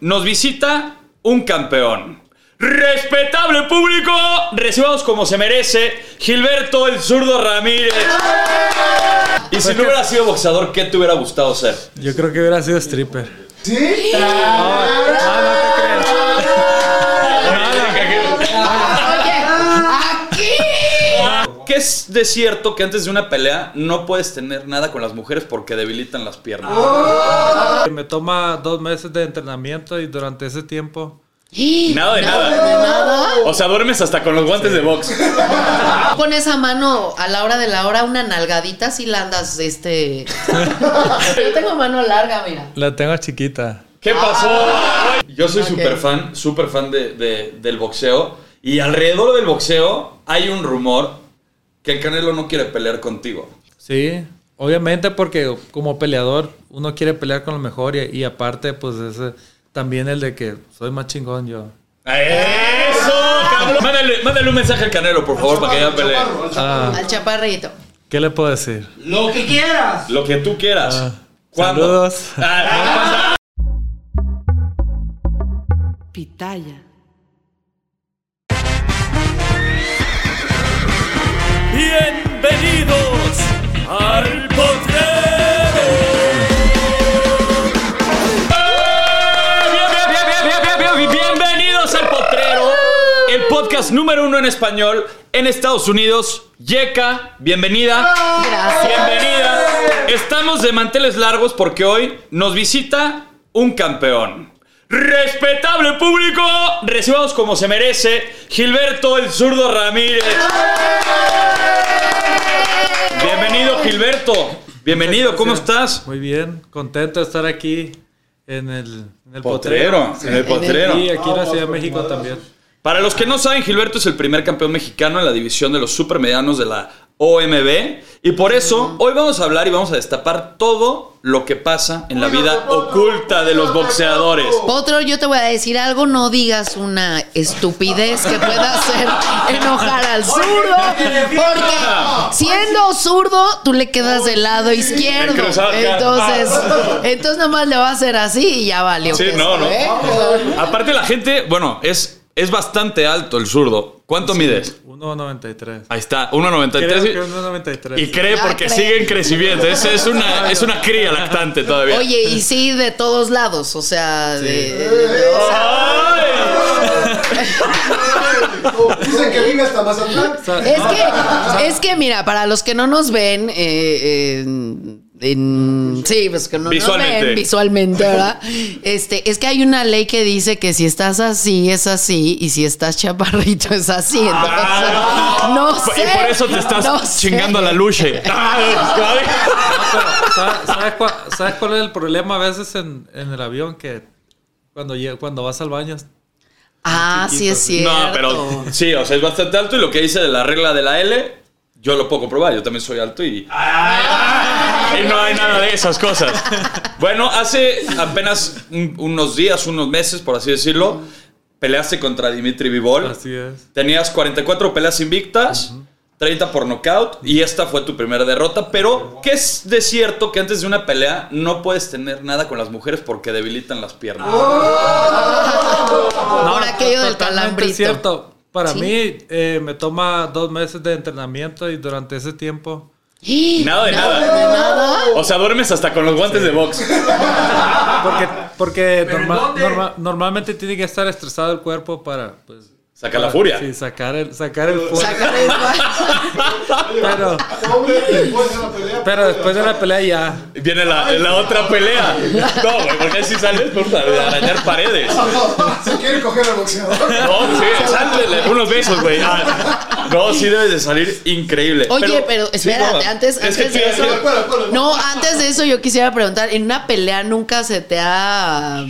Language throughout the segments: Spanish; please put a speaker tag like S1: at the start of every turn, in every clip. S1: Nos visita un campeón. Respetable público, recibamos como se merece Gilberto el zurdo Ramírez. Y si no hubiera sido boxeador, ¿qué te hubiera gustado ser?
S2: Yo creo que hubiera sido stripper.
S1: ¿Qué es de cierto que antes de una pelea no puedes tener nada con las mujeres porque debilitan las piernas?
S2: Me toma dos meses de entrenamiento y durante ese tiempo.
S3: ¡Eh!
S1: Nada de nada.
S3: Oh.
S1: O sea, duermes hasta con los guantes de box.
S3: Pones a mano a la hora de la hora una nalgadita si la andas, este. Yo tengo mano larga, mira.
S2: La tengo chiquita.
S1: ¿Qué pasó? Yo soy súper fan, súper fan de, de- del boxeo. Y alrededor del boxeo hay un rumor que el Canelo no quiere pelear contigo.
S2: Sí, obviamente porque como peleador uno quiere pelear con lo mejor y, y aparte pues ese, también el de que soy más chingón yo.
S1: ¡Eso, cabrón! Mándale, mándale un mensaje al Canelo, por favor, para que ya pelee.
S2: Ah,
S3: Al chaparrito.
S2: ¿Qué le puedo decir?
S4: Lo que quieras.
S1: Lo que tú quieras.
S2: Ah,
S1: ¿Cuándo?
S2: saludos.
S1: Ah,
S5: Pitaya.
S6: Bienvenidos al potrero.
S1: bien, bien, bien, bien, bien, bien. Bienvenidos al Potrero, el podcast número uno en español en Estados Unidos. Yeka, bienvenida.
S3: Gracias.
S1: Bienvenida. Estamos de manteles largos porque hoy nos visita un campeón. Respetable público, recibamos como se merece Gilberto el zurdo Ramírez. Bienvenido Gilberto. Bienvenido, ¿cómo estás?
S2: Muy bien, contento de estar aquí en el, en el
S1: Potrero, pues, en el potrero.
S2: Y aquí en la Ciudad de México también.
S1: Para los que no saben, Gilberto es el primer campeón mexicano en la división de los supermedianos de la OMB. Y por eso, hoy vamos a hablar y vamos a destapar todo lo que pasa en la vida
S3: pues,
S1: oculta de los boxeadores.
S3: Potro, yo te voy a decir algo, no digas una estupidez que pueda hacer enojar al zurdo, porque siendo zurdo tú le quedas del lado izquierdo,
S1: En cruzado, ya.
S3: entonces, entonces nomás le va a hacer así y ya valió.
S1: Sí,
S3: que
S1: no,
S3: esto,
S1: no.
S3: ¿eh?
S1: Aparte, la gente, bueno, es, es bastante alto el zurdo. ¿Cuánto mides?
S2: 1.93.
S1: Ahí está,
S2: Creo que
S1: 1.93.
S2: 1.93.
S1: Y cree
S3: Ya
S1: porque
S3: cree.
S1: sigue en crecimiento. Es, es una, es una cría lactante todavía.
S3: Oye, y sí de todos lados, o sea, de- de- de- o sea,
S1: ¡Ay!
S4: Dicen que vive hasta Mazatlán.
S3: Es que, es que mira, para los que no nos ven, eh, en- en- sí, pues que no
S1: Visualmente.
S3: nos ven visualmente, ¿verdad? Este, es que hay una ley que dice que si estás así, es así, y si estás chaparrito, es así. Entonces,
S1: Ah,
S3: no
S1: Y
S3: sé.
S1: por eso te estás
S3: no sé.
S1: chingando a la luche.
S2: ¿Sabes, sabes cua- sabes cuál es el problema a veces en, en el avión? Que cuando, lle- cuando vas al baño
S3: Ah, sí es cierto.
S1: No, pero sí, o sea, es bastante alto y lo que dice de la regla de la L, yo lo puedo comprobar, yo también soy alto y... Y no hay nada de esas cosas. Bueno, hace apenas un- unos días, unos meses, por así decirlo, peleaste contra Dimitri Vivol.
S2: Así es.
S1: Tenías 44 peleas invictas, 30 por nocaut y esta fue tu primera derrota, pero ¿qué es de cierto que antes de una pelea no puedes tener nada con las mujeres porque debilitan las piernas?
S2: Ah.
S3: Por aquello del
S2: Totalmente
S3: calambrito.
S2: cierto. Para
S3: Sí.
S2: mí eh, me toma dos meses de entrenamiento y durante ese tiempo
S3: ¡Ih!
S1: Nada de nada.
S3: nada.
S1: O sea, duermes hasta con los guantes de box.
S2: Porque, porque
S4: ¿Pero en
S2: norma-
S4: dónde?
S2: norma- normalmente tiene que estar estresado el cuerpo para. Pues,
S1: Sacar la
S2: para-
S1: furia.
S2: Sí, sacar el, sacar el fuego.
S3: Sacar el-
S2: Pero,
S4: Después de la pelea.
S2: pero después de la pelea ya.
S1: Viene la, la otra pelea. No, güey, porque si sales por arañar paredes.
S4: Se quiere coger al boxeador.
S1: No, sí, sálvele. Unos besos, güey. Ah, no, sí debes de salir increíble.
S3: Oye, pero
S1: sí,
S3: espérate,
S1: no,
S3: antes,
S1: es
S3: antes
S1: que
S3: de
S1: quiero-
S3: eso.
S1: quiero-
S4: Para, para, para.
S3: No, antes de eso yo quisiera preguntar, ¿en una pelea nunca se te ha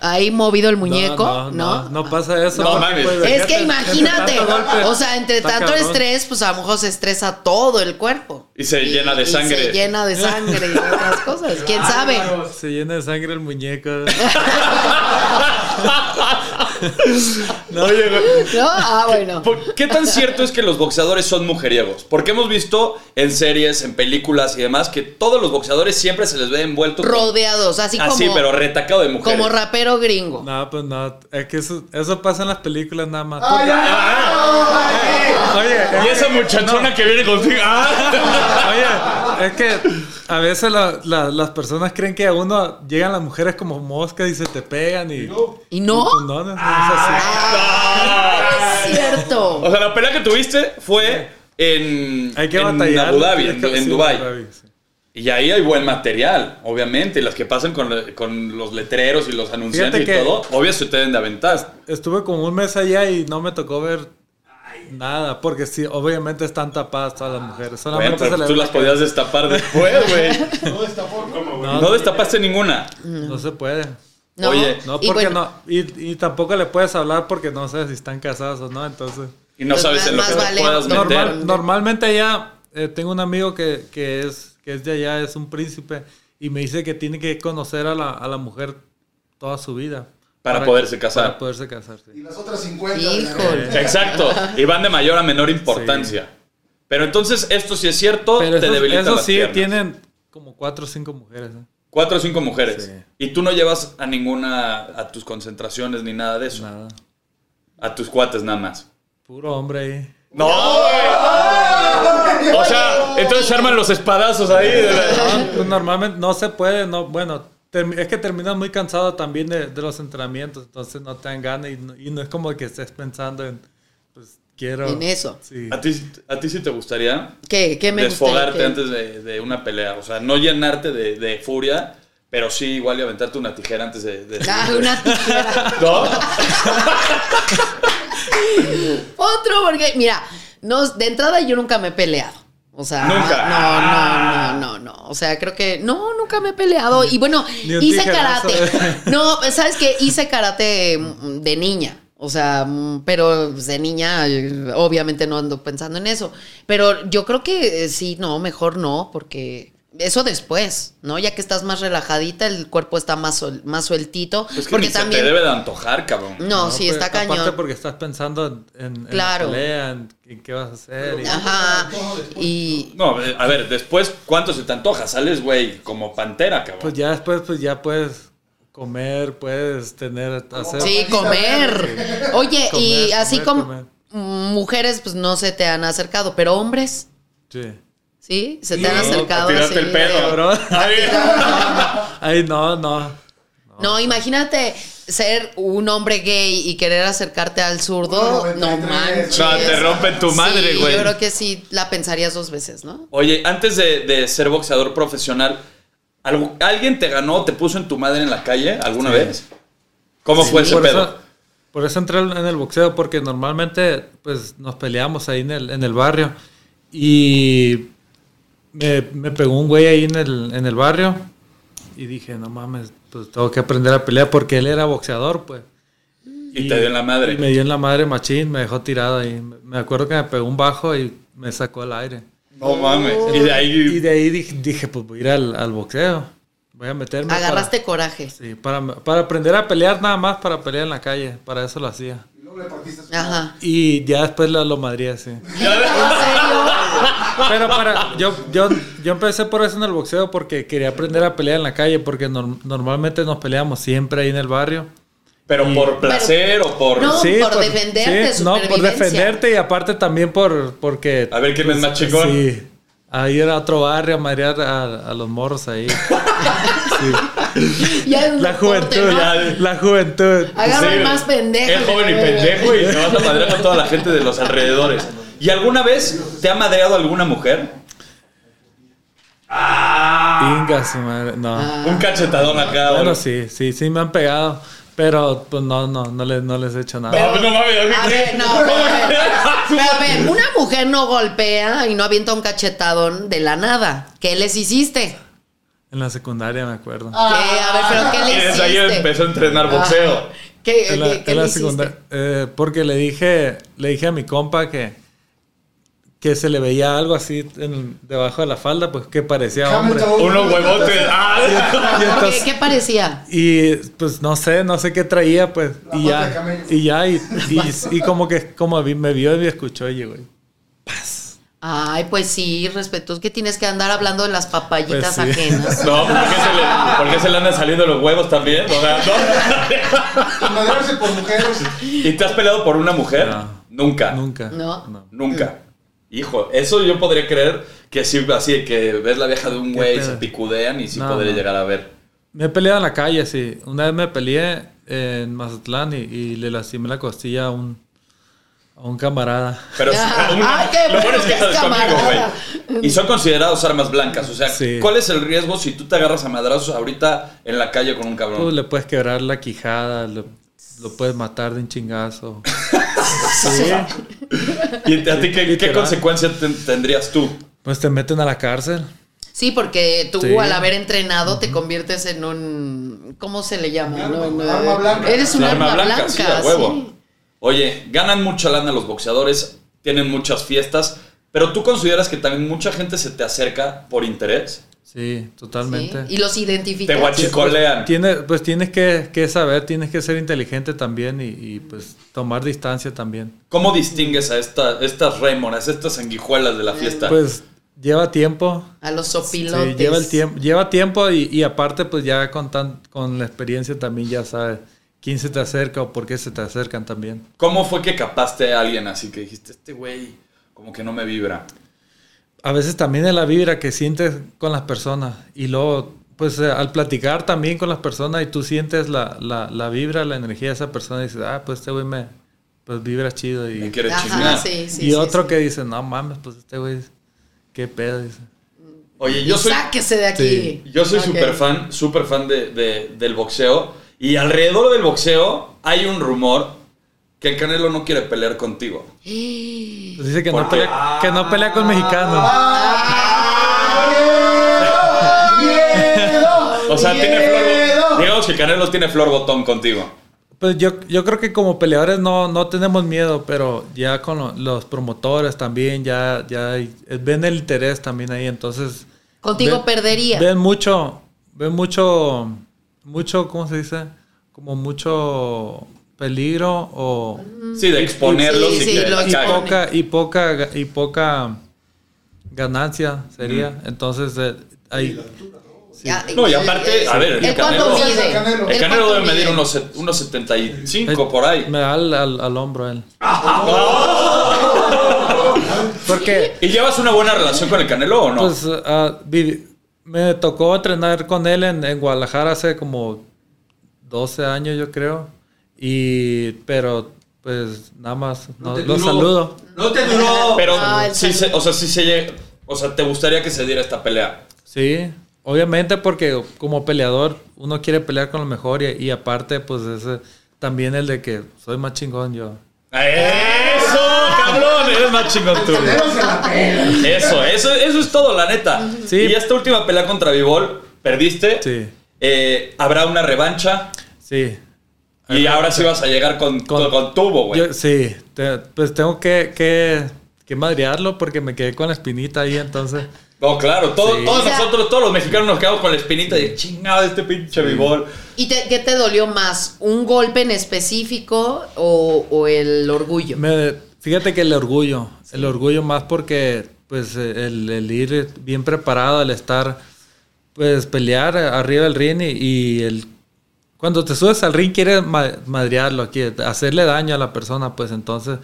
S3: ahí movido el muñeco?
S2: No, no, no, no pasa eso.
S1: No
S2: porque,
S1: mames.
S2: pues,
S3: Es que
S2: entre-
S3: imagínate,
S2: entre tanto golpe,
S3: o sea, entre
S2: está
S3: tanto
S2: cabrón.
S3: estrés, pues a lo mejor se estresa todo el cuerpo.
S1: Y se llena de
S3: y
S1: sangre.
S3: se llena de sangre y otras cosas. ¿Quién sabe?
S2: Se llena de sangre el muñeco.
S1: Oye, güey.
S3: No, ah, bueno.
S1: ¿Por- ¿Qué tan cierto es que los boxeadores son mujeriegos? Porque hemos visto en series, en películas y demás que todos los boxeadores siempre se les ve envuelto. con-
S3: Rodeados, así como,
S1: Así, Ah, pero retacado de mujeres.
S3: como rapero gringo.
S2: no, pues no. Es que eso, eso pasa en las películas nada más.
S4: Ay, ay,
S2: Oye,
S1: Ah,
S2: eh,
S1: y
S2: es-
S1: esa muchachona que viene contigo. ¡ah!
S2: Oye, es que a veces la- la- las personas creen que a uno llegan las mujeres como moscas y se te pegan y.
S3: ¿Y no?
S2: Pues no, no, no es así.
S3: Ah, es cierto.
S1: O sea, la pelea que tuviste fue en,
S2: Hay que
S1: en
S2: batallar.
S1: Abu Dhabi, en,
S2: tienes que-
S1: en
S2: sí,
S1: Dubái.
S2: Abu Dhabi, sí.
S1: Y ahí hay buen material, obviamente. Y las que pasan con, le- con los letreros y los anunciantes y
S2: Fíjate que-
S1: todo, obvio se te deben de aventar.
S2: Estuve como un mes allá y no me tocó ver nada, porque sí, obviamente están tapadas todas las mujeres. Solamente
S1: Bueno, pero
S2: se le
S1: tú
S2: ve
S1: las
S2: la
S1: podías destapar después, güey.
S4: No destapó. ¿Cómo, güey?
S2: No,
S1: No destapaste ninguna.
S2: cara. No se puede.
S3: No,
S1: Oye,
S2: No,
S3: y
S2: porque
S3: bueno,
S2: no. Y, y tampoco le puedes hablar porque no sabes si están casados o no, entonces.
S1: Y no
S3: Pues
S1: sabes
S3: más-
S1: en lo
S3: más
S1: que
S3: vale
S1: te puedas
S3: normal.
S1: meter.
S2: Normal- normalmente allá eh, tengo un amigo que, que es, que es de allá, es un príncipe, y me dice que tiene que conocer a la, a la mujer toda su vida.
S1: Para poderse casar.
S2: Para poderse casar, sí. Eh,
S4: Y las otras 50.
S3: Híjole.
S1: Exacto. Y van de mayor a menor importancia. Pero entonces, esto sí es cierto,
S2: Pero
S1: te
S2: eso,
S1: debilita
S2: eso
S1: las
S2: sí,
S1: piernas.
S2: tienen como cuatro o cinco mujeres. ¿eh?
S1: Cuatro o cinco mujeres.
S2: Sí.
S1: Y tú no llevas a ninguna, a tus concentraciones ni nada de eso.
S3: Ah.
S2: Nada.
S1: A tus cuates nada más.
S2: Puro hombre ahí.
S1: No, O sea, entonces se arman los espadazos ahí. de la-
S2: No, pues normalmente no se puede, no, bueno, termi- es que terminas muy cansado también de, de los entrenamientos, entonces no te dan ganas y, no- y no es como que estés pensando en, pues quiero...
S3: En eso.
S2: Sí.
S1: ¿A ti, ¿A ti sí te gustaría
S3: ¿Qué, qué me gustaría
S1: desfogarte
S3: que-
S1: antes de, de una pelea? O sea, no llenarte de, de furia, pero sí igual y aventarte una tijera antes de... de-
S3: Ah, una tijera.
S1: ¿No?
S3: Otro, porque, mira, no, de entrada yo nunca me he peleado. O sea,
S1: Nunca.
S3: No, no, no, no, no. O sea, creo que no, nunca me he peleado. Y bueno,
S2: Ni un
S3: hice
S2: tijerazo.
S3: karate. No, ¿sabes qué? Hice karate mm, de niña. O sea, mm, pero de niña eh, obviamente no ando pensando en eso. Pero yo creo que eh, sí, no, mejor no, porque eso después, ¿no? Ya que estás más relajadita, el cuerpo está más, sol- más sueltito.
S1: Es que
S3: porque
S1: ni se
S3: también...
S1: te debe de antojar, cabrón.
S3: No, sí,
S2: pues,
S3: está
S2: aparte
S3: cañón.
S2: porque estás pensando en, en- en la
S3: Claro.
S2: pelea, en, en qué vas a hacer. y-
S3: Ajá. Y
S1: No, eh, a ver, después, ¿cuánto se te antoja? Sales, güey, como pantera, cabrón.
S2: pues ya después, pues ya puedes comer, puedes tener, hacer...
S3: sí, comer. Oye, y
S2: Comer,
S3: así
S2: comer, comer.
S3: como mujeres, pues no se te han acercado, pero hombres,
S2: Sí.
S3: ¿sí? Se te han acercado.
S1: Tiraste
S3: así
S1: el pedo,
S3: de-
S1: cabrón.
S2: Ay, no, no.
S3: No, imagínate ser un hombre gay y querer acercarte al zurdo. No
S4: 1.93.
S3: manches.
S1: No, te rompen tu madre,
S3: Sí,
S1: güey.
S3: Yo creo que sí la pensarías dos veces, ¿no?
S1: Oye, antes de, de ser boxeador profesional, ¿algu- ¿alguien te ganó, te puso en tu madre en la calle alguna vez? ¿Cómo fue ese
S2: por
S1: pedo?
S2: eso, por eso entré en el boxeo, porque normalmente pues nos peleamos ahí en el, en el barrio. Y me, me pegó un güey ahí en el, en el barrio. Y dije, no mames, pues tengo que aprender a pelear porque él era boxeador, pues.
S1: y, te dio en la madre.
S2: Y me dio en la madre machín, me dejó tirado ahí. Me acuerdo que me pegó un bajo y me sacó el aire.
S1: No mames. Y de ahí.
S2: Y de ahí dije, dije, pues voy a ir al, al boxeo. Voy a meterme. para-
S3: Agarraste coraje.
S2: Sí, para, para aprender a pelear nada más, para pelear en la calle, para eso lo hacía.
S4: Y luego le partiste su-
S3: Ajá.
S2: Y ya después lo, lo madría, sí.
S3: ¿En serio?
S2: Pero para, yo, yo, yo empecé por eso en el boxeo porque quería aprender a pelear en la calle, porque nor- normalmente nos peleamos siempre ahí en el barrio. pues,
S1: pero por placer o por.
S3: No, por defenderte,
S2: No, por
S3: supervivencia.
S2: defenderte y aparte también por, porque...
S1: A ver quién es más chingón.
S2: Sí. A ir a otro barrio a madrear a, a los morros ahí. Sí.
S3: Ya es
S2: La
S3: deporte,
S2: juventud,
S3: ¿no?
S2: la, la juventud.
S3: Agarra
S1: Sí,
S3: el más pendejo.
S1: Es joven y pendejo y te vas a madrear con toda la gente de los alrededores. ¿Y alguna vez te ha madreado alguna mujer?
S2: Ah. Inga, su madre. No.
S3: Ah.
S1: Un cachetadón acá.
S2: Bueno,
S1: o-
S2: sí, sí, sí me han pegado. Pero pues no, no, no les, no les he hecho nada.
S1: No, no mames, a mí-
S3: A ver, no, espérame. Espérame, una mujer no golpea y no avienta un cachetadón de la nada. ¿Qué les hiciste?
S2: En la secundaria me acuerdo.
S3: ¿Qué? A ver, pero ¿qué
S1: Y
S3: le
S1: desde
S3: hiciste?
S1: ahí empezó a
S3: Ah.
S1: entrenar boxeo.
S3: ¿Qué,
S2: Ah. En la-
S3: qué- qué
S2: en
S3: le
S2: la
S3: hiciste?
S2: secundaria, eh, porque le dije, le dije a mi compa que, que se le veía algo así en- debajo de la falda, pues que parecía hombre.
S1: Unos huevotes. Ah,
S2: Y entonces-
S3: ¿Qué, qué parecía?
S2: Y pues no sé, no sé qué traía, pues.
S4: La
S2: y,
S4: pata de
S2: ya,
S4: camello.
S2: y ya, y y- y como que como vi- me vio y me escuchó y llegó. y-
S3: Ay, pues sí, respetos, que tienes que andar hablando de las papayitas
S2: Pues sí.
S3: ajenas.
S1: No, ¿por qué, se le, por qué se le andan saliendo los huevos también? O sea, ¿no?
S4: Madrarse por mujeres.
S1: ¿Y te has peleado por una mujer?
S2: No.
S1: Nunca.
S2: Nunca.
S3: No.
S1: Nunca. Hijo, eso yo podría creer que sí, así de que ves la vieja de un
S2: Qué
S1: güey,
S2: pedo.
S1: se picudean y sí
S2: No,
S1: podría
S2: no.
S1: llegar a ver.
S2: Me he peleado en la calle, sí. Una vez me peleé en Mazatlán y, y le lastimé la costilla a un, a un camarada.
S1: Pero
S3: Ah,
S1: una-
S3: ay, qué
S1: lo bueno
S3: bueno
S1: es
S3: que
S1: que
S3: es
S1: sabes conmigo,
S3: camarada.
S1: güey. Y son considerados armas blancas. O sea,
S2: Sí.
S1: ¿cuál es el riesgo si tú te agarras a madrazos ahorita en la calle con un cabrón?
S2: Tú le puedes quebrar la quijada, le- lo puedes matar de un chingazo.
S1: ¿Y a ti qué, qué
S2: literal.
S1: consecuencia ten- tendrías tú?
S2: Pues te meten a la cárcel.
S3: Sí, porque tú
S2: Sí.
S3: al haber entrenado te conviertes en un... ¿Cómo se le llama?
S4: Arma-
S3: No, no,
S4: arma blanca.
S3: Eres un
S1: La
S3: arma, blanca,
S1: sí, a huevo.
S3: sí.
S1: Oye, ganan mucha lana los boxeadores, tienen muchas fiestas, pero tú consideras que también mucha gente se te acerca por interés.
S2: Sí,
S3: Sí,
S2: totalmente.
S3: Y los identificas.
S1: Te guachicolean.
S2: Tiene- pues tienes que, que saber, tienes que ser inteligente también y, y, pues tomar distancia también.
S1: ¿Cómo distingues a esta- estas rémoras, estas sanguijuelas de la fiesta?
S2: Pues lleva tiempo.
S3: A los
S2: Sí,
S3: sopilotes.
S2: lleva, el tiempo, lleva tiempo y, y aparte pues ya con, tan, con la experiencia también ya sabes quién se te acerca o por qué se te acercan también.
S1: ¿Cómo fue que capaste a alguien así que dijiste, este güey como que no me vibra?
S2: A veces también es la vibra que sientes con las personas y luego pues eh, al platicar también con las personas y tú sientes la, la, la vibra, la energía de esa persona y dices, ah, pues este güey me pues vibra chido y...
S1: Me quiere
S3: Ajá,
S1: chingar.
S3: sí, sí,
S2: y
S3: sí,
S2: otro
S3: sí.
S2: que dice, no mames, pues este güey, qué pedo. Dice.
S1: Oye, yo soy...
S3: Sáquese de aquí.
S2: Sí.
S1: Yo soy
S3: Ok.
S1: súper fan, súper fan de, de- del boxeo. Y alrededor del boxeo hay un rumor que el Canelo no quiere pelear contigo.
S2: Pues dice que no,
S1: ¿Por qué?
S2: pelea, que no pelea con mexicanos.
S4: ¡Miedo!
S1: O sea, tiene flor.
S4: ¡Miedo!
S1: Digamos que el Canelo tiene flor botón contigo.
S2: Pues yo, yo creo que como peleadores no, no tenemos miedo, pero ya con lo- los promotores también, ya, ya hay- eh, ven el interés también ahí, entonces...
S3: Contigo
S2: ven-
S3: perdería.
S2: Ven mucho, ven mucho, mucho, ¿cómo se dice? Como mucho peligro o...
S1: Sí, de exponerlos
S3: sí,
S1: y
S3: sí,
S1: que
S3: lo
S1: la
S2: Y
S1: caguen.
S3: expone.
S2: poca, y poca, ga- y poca ganancia sería, entonces eh, ahí...
S3: Ya,
S1: No, y aparte, a ver,
S3: ¿El cuánto
S1: Canelo-
S3: mide? Eh,
S4: Canelo.
S1: El
S3: ¿El
S1: Canelo
S3: cuánto
S1: debe medir
S3: mide?
S1: unos, set- unos 75 por ahí. Ah.
S2: Me da al, al- al hombro él. Porque...
S1: ¿Y llevas una buena relación con el Canelo o no?
S2: Pues ah, vivi- me tocó entrenar con él en, en Guadalajara hace como 12 años, yo creo. Y, pero, pues nada más, no, lo saludo.
S1: No te duró. Pero,
S3: Ah, el
S1: sí se-
S3: saludo.
S1: o sea, sí se llega. O sea, te gustaría que se diera esta pelea.
S2: Sí, obviamente, porque como peleador uno quiere pelear con lo mejor y, y aparte, pues ese, también el de que soy más chingón yo.
S1: ¡Eso, cabrón! Eres más chingón tú.
S4: Canelo se la pela.
S1: Eso, eso, eso es todo, la neta.
S2: Sí.
S1: Y esta última pelea contra Vivol, perdiste.
S2: Sí.
S1: Eh, Habrá una revancha.
S2: Sí.
S1: Y ahora sí vas a llegar con, con,
S2: Con-
S1: con tubo, güey.
S2: Yo, sí, te- pues tengo que, que, que madrearlo porque me quedé con la espinita ahí, entonces.
S1: No, Oh, claro, todo-
S2: Sí.
S1: todos
S3: O sea-
S1: nosotros, todos los mexicanos nos quedamos con la espinita de chingado este pinche Vivol.
S3: ¿Y te- qué te dolió más? ¿Un golpe en específico o, o el orgullo?
S2: Me- fíjate que el orgullo, el orgullo más porque pues el, el ir bien preparado, el estar pues pelear arriba del ring y, y el cuando te subes al ring quieres ma- madrearlo, quieres hacerle daño a la persona, pues entonces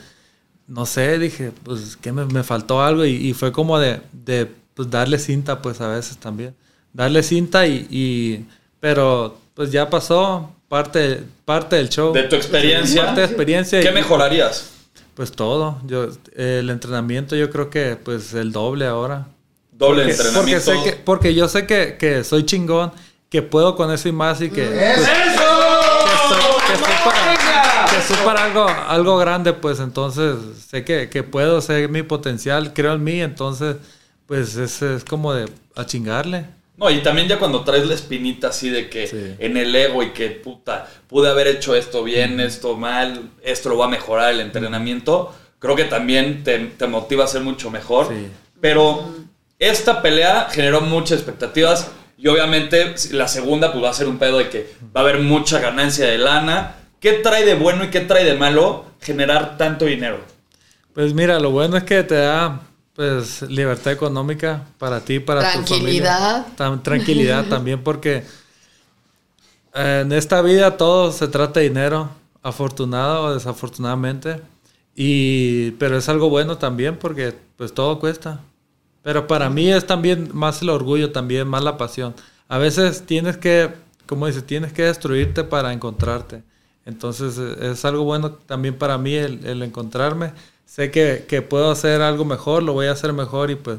S2: no sé, dije, pues que me, me faltó algo y, y fue como de, de, pues, darle cinta pues a veces también, darle cinta y, y Pero pues ya pasó parte, parte del show.
S1: De tu experiencia.
S2: Parte de experiencia.
S1: ¿Qué
S2: y-
S1: mejorarías?
S2: Pues todo. Yo, el entrenamiento yo creo que pues el doble ahora.
S1: Doble
S2: Porque- porque,
S1: entrenamiento.
S2: sé que- porque yo sé que, que soy chingón, que puedo con eso y más y que... pues, que soy para, que soy para algo, algo grande, pues entonces sé que, que puedo, sé mi potencial, creo en mí, entonces pues es, es como de a chingarle.
S1: No, y también ya cuando traes la espinita así de que
S2: Sí.
S1: en el ego y que puta, pude haber hecho esto bien, esto mal, esto lo va a mejorar el entrenamiento, creo que también te, te motiva a ser mucho mejor.
S2: Sí.
S1: Pero esta pelea generó muchas expectativas y obviamente la segunda pues va a ser un pedo de que va a haber mucha ganancia de lana. ¿Qué trae de bueno y qué trae de malo generar tanto dinero?
S2: Pues mira, lo bueno es que te da pues libertad económica para ti, para
S3: Tranquilidad.
S2: tu familia. Tan- tranquilidad también porque eh, en esta vida todo se trata de dinero, afortunado o desafortunadamente. Y, pero es algo bueno también porque pues todo cuesta. Pero para mí es también más el orgullo, también más la pasión. A veces tienes que, como dices, tienes que destruirte para encontrarte. Entonces eh, es algo bueno también para mí el, el encontrarme. Sé que, que puedo hacer algo mejor, lo voy a hacer mejor y pues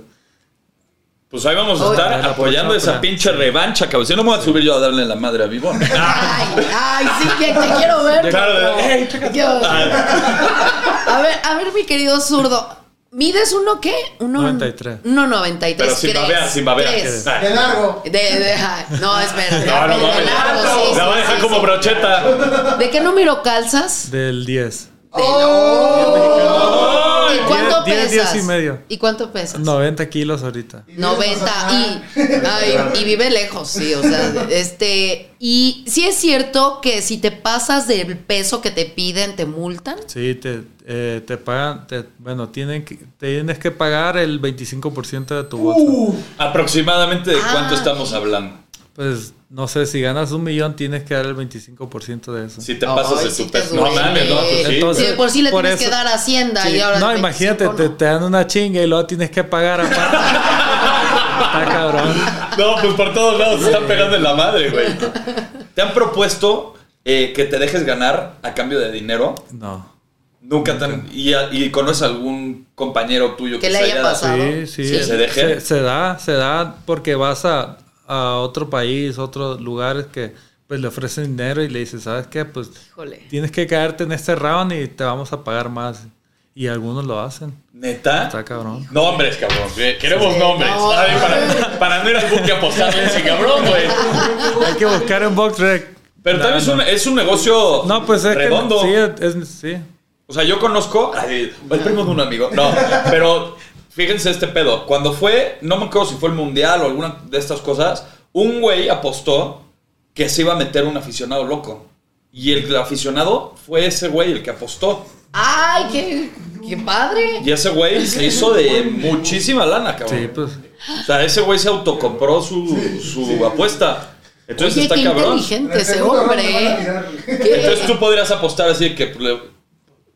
S1: Pues ahí vamos a
S3: Oye,
S1: estar
S2: la
S1: apoyando
S2: próxima,
S1: esa
S2: la-
S1: pinche revancha, cabrón. Si no me voy a subir yo a darle la madre a Vivón.
S3: Ay, ay, sí, que te quiero ver.
S1: Claro,
S3: cabrón.
S1: de- ¡Ey, chécate!
S3: Yo- A ver, a ver, mi querido zurdo. ¿Mides uno qué? Uno,
S2: 93.
S3: Uno 93.
S1: Pero sin
S3: Tres,
S1: babear, sin babear.
S3: tres.
S1: Ah.
S4: De largo.
S3: De, de- ay, no, espera.
S1: No, no
S3: de
S1: mames.
S3: largo, sí, sí,
S1: La va a
S3: sí,
S1: dejar como
S3: sí.
S1: brocheta.
S3: ¿De qué número calzas?
S2: del 10.
S3: De- Oh. ¿Y cuánto
S2: Diez- diez, diez
S3: pesas?
S2: y medio.
S3: ¿Y cuánto pesas?
S2: 90 kilos ahorita.
S3: 90 y, ay, y vive lejos, sí, o sea, este, y sí es cierto que si te pasas del peso que te piden, te multan.
S2: Sí, te, eh, te pagan, te- bueno, tienen que, tienes que pagar el 25% de tu bolsa.
S4: Uh.
S1: Aproximadamente de cuánto
S3: Ah.
S1: estamos hablando.
S2: Pues no sé, si ganas un millón tienes que dar el 25% de eso.
S1: Si te pasas
S3: Ay,
S1: de
S3: sí
S1: tu
S3: te
S1: peso. No
S3: duele.
S1: mames, no, pues sí.
S3: Sí,
S2: Entonces-
S3: de por sí le
S2: por
S3: tienes
S2: eso-
S3: que dar a Hacienda
S2: Sí,
S3: y ahora.
S2: no,
S3: el
S2: imagínate,
S3: 25
S2: Te,
S3: no.
S2: te dan una chinga y luego tienes que pagar aparte. Está cabrón.
S1: No, pues por todos lados se están pegando en la madre, güey. ¿Te han propuesto eh, que te dejes ganar a cambio de dinero?
S2: No.
S1: Nunca te han- Y, a- y conoces algún compañero tuyo
S3: Que
S1: que
S3: le
S1: se
S3: haya pasado.
S2: Sí, sí.
S3: Sí.
S2: eh,
S1: ¿Se deje?
S2: se da, se da porque vas a, a otro país, otros lugares que pues le ofrecen dinero y le dices, ¿sabes qué? Pues
S3: Híjole.
S2: tienes que caerte en este round y te vamos a pagar más. Y algunos lo hacen.
S1: ¿Neta?
S2: Está cabrón.
S1: Nombres, cabrón. Eh, Queremos
S3: Sí,
S1: nombres.
S3: no.
S1: A ver, para, para no ir al buque a apostarle a ese cabrón, güey.
S2: Hay que buscar en Box Rec.
S1: Pero
S2: No,
S1: también es
S2: no.
S1: un, es un negocio
S2: No, pues es
S1: redondo.
S2: que. Sí, es- sí.
S1: O sea, yo conozco ay, el primo de un amigo. No, pero fíjense este pedo. Cuando fue, no me acuerdo si fue el mundial o alguna de estas cosas, un güey apostó que se iba a meter un aficionado loco. Y el aficionado fue ese güey el que apostó.
S3: Ay, qué, qué padre.
S1: Y ese güey se hizo de muchísima lana, cabrón.
S2: Sí, pues.
S1: O sea, ese güey se autocompró su, su apuesta. Entonces
S3: Oye,
S1: está
S3: qué
S1: cabrón.
S3: inteligente ese
S4: Segundo round me
S3: hombre.
S4: van a
S3: ¿eh?
S4: tirar.
S3: ¿Qué?
S1: Entonces tú podrías apostar así de que, pues, le-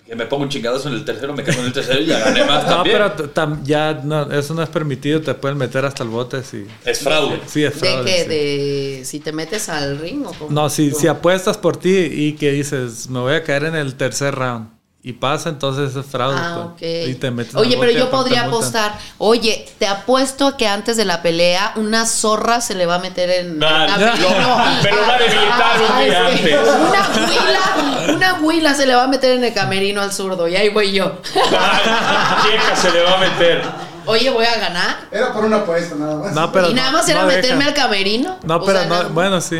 S1: que me pongo un chingadazo en el tercero, me caigo en el tercero y ya gané más
S2: No,
S1: también.
S2: pero t- tam- ya no, eso no es permitido, te pueden meter hasta el bote si.
S1: Es fraude.
S2: Sí, es
S3: ¿De
S2: fraude,
S3: qué?
S2: sí.
S3: De, si te metes al ring o cómo?
S2: No, si, si apuestas por ti y que dices, me voy a caer en el tercer round y pasa, entonces es fraude.
S3: Ah, ok.
S2: pues. Y te metes
S3: Oye,
S2: al
S3: pero
S2: bote y
S3: yo
S2: aparte
S3: podría
S2: multan.
S3: apostar. Oye, te apuesto a que antes de la pelea una zorra se le va a meter en.
S1: Ah,
S3: a-
S1: no, pero va a debilitar un día
S3: ¿sabes qué?
S1: antes.
S3: Una huila, una huila se le va a meter en el camerino al zurdo y ahí voy yo.
S1: Checa se le va a meter.
S3: Oye, voy a ganar.
S4: Era por una apuesta nada más.
S2: No, pero
S3: y nada
S2: no-
S3: más era
S2: no deja.
S3: meterme al camerino.
S2: No,
S3: O
S2: pero
S3: sea,
S2: no-
S3: nada-
S2: bueno, sí.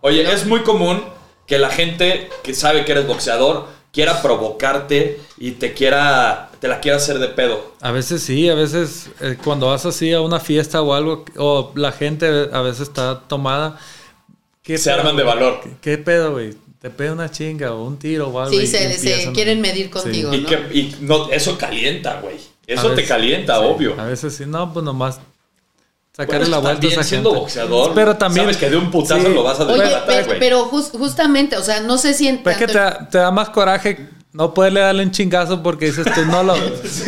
S1: Oye, es muy común que la gente que sabe que eres boxeador quiera provocarte y te quiera te la quiera hacer de pedo.
S2: A veces sí, a veces eh, cuando vas así a una fiesta o algo, o la gente a veces está tomada. ¿qué
S1: Se arman de
S2: güey?
S1: valor.
S2: ¿Qué, qué pedo, güey? Te pega una chinga o un tiro o algo.
S3: Sí,
S2: y
S3: se, se
S2: empiezan-
S3: quieren medir contigo,
S1: Y,
S3: ¿no?
S1: que, y no, eso calienta, güey.
S2: A
S1: Eso te
S2: veces-
S1: calienta,
S2: sí,
S1: obvio.
S2: A veces sí, no, pues nomás
S1: Bueno,
S2: sacarle la vuelta a
S1: también
S2: esa
S1: siendo
S2: gente.
S1: boxeador,
S2: Pero también.
S1: sabes que de un putazo
S2: sí,
S1: lo vas a
S3: Oye,
S1: desbaratar,
S3: pe-
S1: güey.
S3: pero jus- justamente, o sea, no sé si en
S2: Pues es que te,
S3: tanto-
S2: da- te da más coraje no poderle darle un chingazo porque dices tú, no, lo,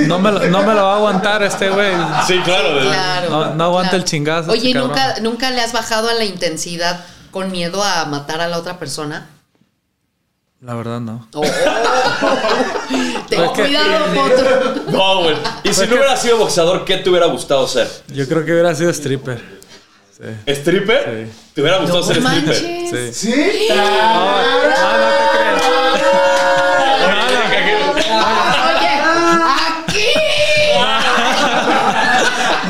S2: no, me, lo, no me lo va a aguantar este güey.
S1: Sí, claro. de-
S3: Claro.
S2: No- no aguanta el chingazo, este
S3: Oye, ¿y
S2: cabrón.
S3: nunca, nunca le has bajado a la intensidad con miedo a matar a la otra persona?
S2: La verdad, no.
S3: Oh. Ten
S2: Pues que-
S3: cuidado, potro.
S1: No, güey. Y si no hubiera sido boxeador, ¿qué te hubiera gustado ser?
S2: Yo creo que hubiera sido stripper.
S1: ¿Stripper? ¿Te hubiera gustado ser
S3: No
S1: stripper?
S3: manches.
S2: Sí.
S4: ¿Sí?
S2: No, no, no te creas.
S3: Oye, aquí.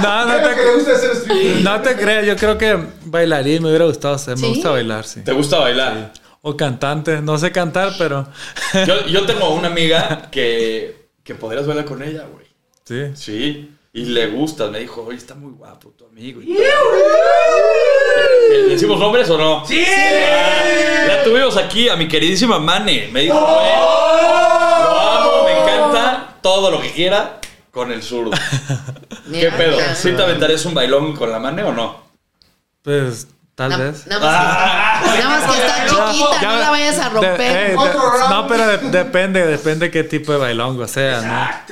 S2: No, no
S4: ¿Qué le
S2: te,
S4: gusta hacer streaming?
S2: no te creas. Yo creo que bailarín me hubiera gustado ser. Me
S3: ¿Sí?
S2: gusta bailar, sí.
S1: ¿Te gusta bailar?
S2: O cantante. No sé cantar, pero.
S1: Yo, yo tengo una amiga que, que podrías bailar con ella, güey.
S2: sí.
S1: Sí. Y le gusta. Me dijo, oye, está muy guapo tu amigo. y todo. ¿Le decimos nombres o no? ¡Sí! La tuvimos aquí a mi queridísima Mane. Me dijo, güey, lo amo, me encanta todo lo que quiera con el zurdo. ¿Qué
S3: Mira,
S1: pedo?
S3: ya.
S1: ¿Sí te aventarías un bailón con la Mane o no?
S2: Pues tal
S3: Na-
S2: vez.
S3: Nada más, que, nada más que está chiquita, no,
S2: Ya-
S3: la vayas a
S2: de-
S3: romper.
S2: eh, de-
S4: Otro round.
S2: no, pero de- depende, depende qué tipo de bailongo sea,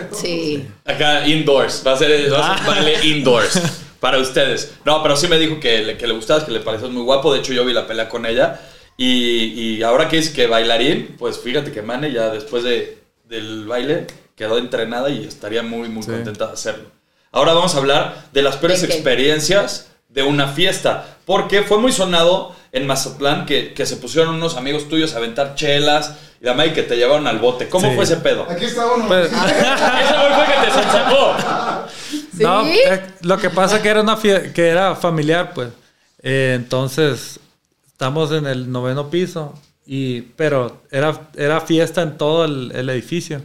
S2: ¿no?
S3: sí.
S1: Acá, indoors. Va a ser, va a ser un baile indoors para ustedes. No, pero sí me dijo que le, que le gustabas, que le pareces muy guapo. De hecho, yo vi la pelea con ella. Y, y ahora que dice que bailarín, pues fíjate que Mane ya después de, del baile quedó entrenada y estaría muy, muy contenta de hacerlo. Ahora vamos a hablar de las peores
S3: ¿De qué?
S1: experiencias de una fiesta. Porque fue muy sonado en Mazatlán que, que se pusieron unos amigos tuyos a aventar chelas y la madre que te llevaron al bote. ¿Cómo
S2: Sí.
S1: fue ese pedo?
S4: Aquí está uno.
S2: Pues-
S1: Ese güey fue que te sacó.
S2: No, eh, lo que pasa que era una fie- que era familiar, pues. Eh, entonces, estamos en el noveno piso, y, pero era, era fiesta en todo el, el edificio.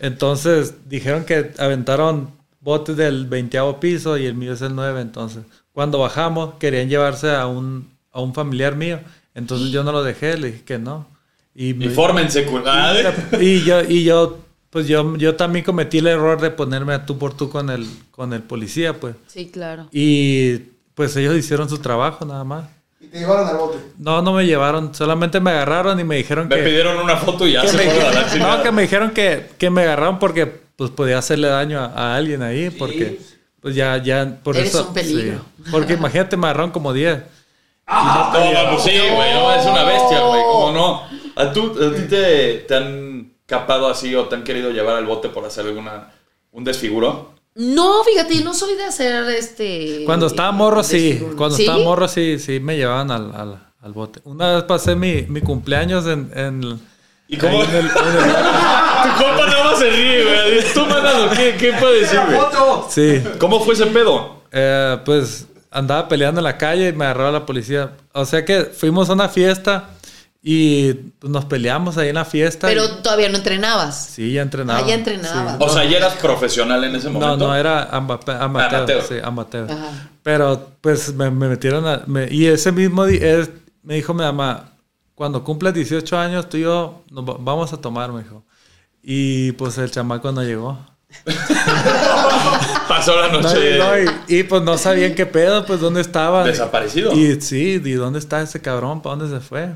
S2: Entonces, dijeron que aventaron botes del veinteavo piso y el mío es el nueve. Entonces, cuando bajamos, querían llevarse a un, a un familiar mío. Entonces, yo no lo dejé, le dije que no. Y
S1: Y
S2: me-
S1: fórmense, culada.
S2: y yo, y yo, pues yo, yo también cometí el error de ponerme a tú por tú con el, con el policía, pues.
S3: Sí, claro.
S2: Y pues ellos hicieron su trabajo nada más.
S4: Y te llevaron al bote.
S2: No, no me llevaron, solamente me agarraron y me dijeron
S1: Me
S2: que...
S1: pidieron una foto y ya
S2: que
S1: se
S2: me
S1: fueron a la
S2: dijeron-
S1: chingada.
S2: no, que me dijeron que, que me agarraron porque pues podía hacerle daño a, a alguien ahí, porque pues ya, ya, por
S3: Eres
S2: eso...
S3: un peligro.
S2: sí. Porque imagínate, me agarraron como 10.
S1: Ah, no, pues sí, güey. No, es una bestia, güey. ¿Cómo no? ¿A, tú, a ti te, te han capado así o te han querido llevar al bote por hacer alguna un desfiguro?
S3: No, fíjate, yo no soy de hacer este.
S2: Cuando estaba morro, sí.
S3: desfiguro.
S2: Cuando
S3: ¿Sí?
S2: estaba morro, sí, sí, me llevaban al, al, al bote. Una vez pasé mi, mi cumpleaños en... en
S1: ¿Y cómo?
S2: ahí en el- en el-
S1: Tu compa nada más se ríe, güey. Tú mandando, ¿qué, qué puede decir, güey?
S4: Pues,
S2: sí.
S1: ¿Cómo fue ese pedo?
S2: Eh, pues andaba peleando en la calle y me agarró la policía. O sea que fuimos a una fiesta y pues, nos peleamos ahí en la fiesta. y-
S3: Pero todavía no entrenabas.
S2: sí, ya entrenaba.
S3: Ah, ya entrenaba.
S2: Sí.
S1: O sea, ¿ya eras profesional en ese
S2: No,
S1: momento?
S2: no, era ama- amateur.
S1: Amateur.
S2: Sí, amateur.
S3: Ajá.
S2: Pero pues me, me metieron a... me- y ese mismo día es- me dijo mi mamá, cuando cumples 18 años tú y yo nos va- vamos a tomar, me dijo. Y pues el chamaco no llegó.
S1: Pasó la
S2: No,
S1: noche.
S2: no, y, y, pues no sabían qué pedo, pues dónde estaba.
S1: Desaparecido.
S2: Y sí, ¿y dónde está ese cabrón? ¿Para dónde se fue?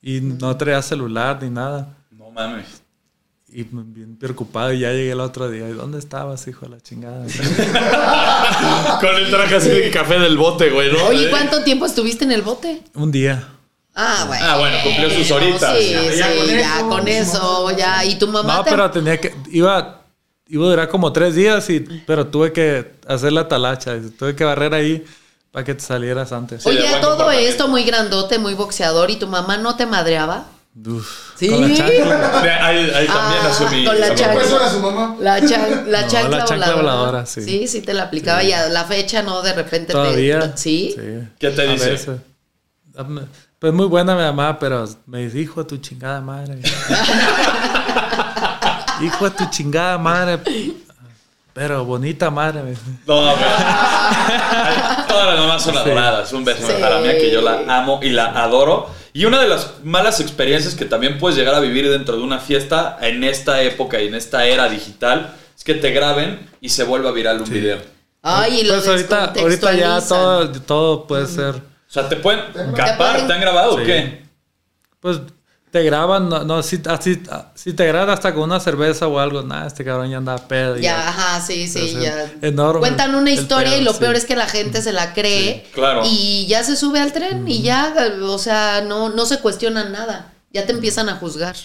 S2: Y no traía celular ni nada.
S1: No mames.
S2: Y me- bien preocupado, y ya llegué el otro día. ¿Y dónde estabas, hijo de la chingada?
S1: Con el traje así de café del bote, güey, ¿no?
S3: Oye, ¿cuánto tiempo estuviste en el bote?
S2: Un día.
S3: Ah, bueno.
S1: Ah, bueno, cumplió sus
S3: No,
S1: horitas.
S3: Sí,
S1: Ya,
S3: sí,
S4: ya con
S3: ya
S4: eso,
S3: con
S4: sí,
S3: eso, ya. ¿Y tu mamá
S2: No,
S3: te-
S2: pero tenía que. Iba, iba a durar como tres días, y, pero tuve que hacer la talacha. Tuve que barrer ahí para que te salieras antes.
S1: Sí, de
S3: Oye,
S1: buen
S3: todo
S1: comportamiento.
S3: esto muy grandote, muy boxeador, ¿y tu mamá no te madreaba?
S2: Uf,
S3: Sí.
S2: Con la chancla.
S1: Ve, Ahí, ahí también
S3: Ah,
S1: asumí.
S3: con la
S1: esa
S3: chancla.
S4: Pues
S1: propuesta.
S4: era su mamá.
S3: La, chan- la
S2: No,
S3: chancla
S2: la chancla
S3: voladora.
S2: voladora, sí.
S3: Sí, sí te la aplicaba y a la fecha no, de repente te-
S2: Todavía.
S3: ¿Sí?
S1: ¿Qué te
S2: A
S1: dice?
S2: veces. Am- Pues muy buena mi mamá, pero me dice, hijo de tu chingada madre. hijo de tu chingada madre. Pero bonita madre. me dice.
S1: No, pero- Ay, Todas las mamás son adoradas. Un beso
S3: Sí.
S1: para mí que yo la amo y la adoro. Y una de las malas experiencias que también puedes llegar a vivir dentro de una fiesta en esta época y en esta era digital es que te graben y se vuelva viral un video. O
S3: Ay, y lo
S2: Pues ahorita, ahorita ya
S3: descontextualizan.
S2: todo, todo puede ser.
S1: sea, te pueden
S3: Te
S1: capar,
S3: pueden-
S1: te han grabado o
S2: Sí.
S1: qué?
S2: Pues te graban, no, no, si, así, si te graban hasta con una cerveza o algo, nada, este cabrón ya anda pedo.
S3: Ya, ajá, sí, sí,
S2: Entonces,
S3: ya.
S2: enorme
S3: Cuentan una
S2: el
S3: historia
S2: pedo,
S3: y lo
S2: sí.
S3: peor es que la gente se la cree.
S1: Sí, claro.
S3: Y ya se sube al tren y ya, o sea, no, no se cuestionan nada. Ya te empiezan a juzgar.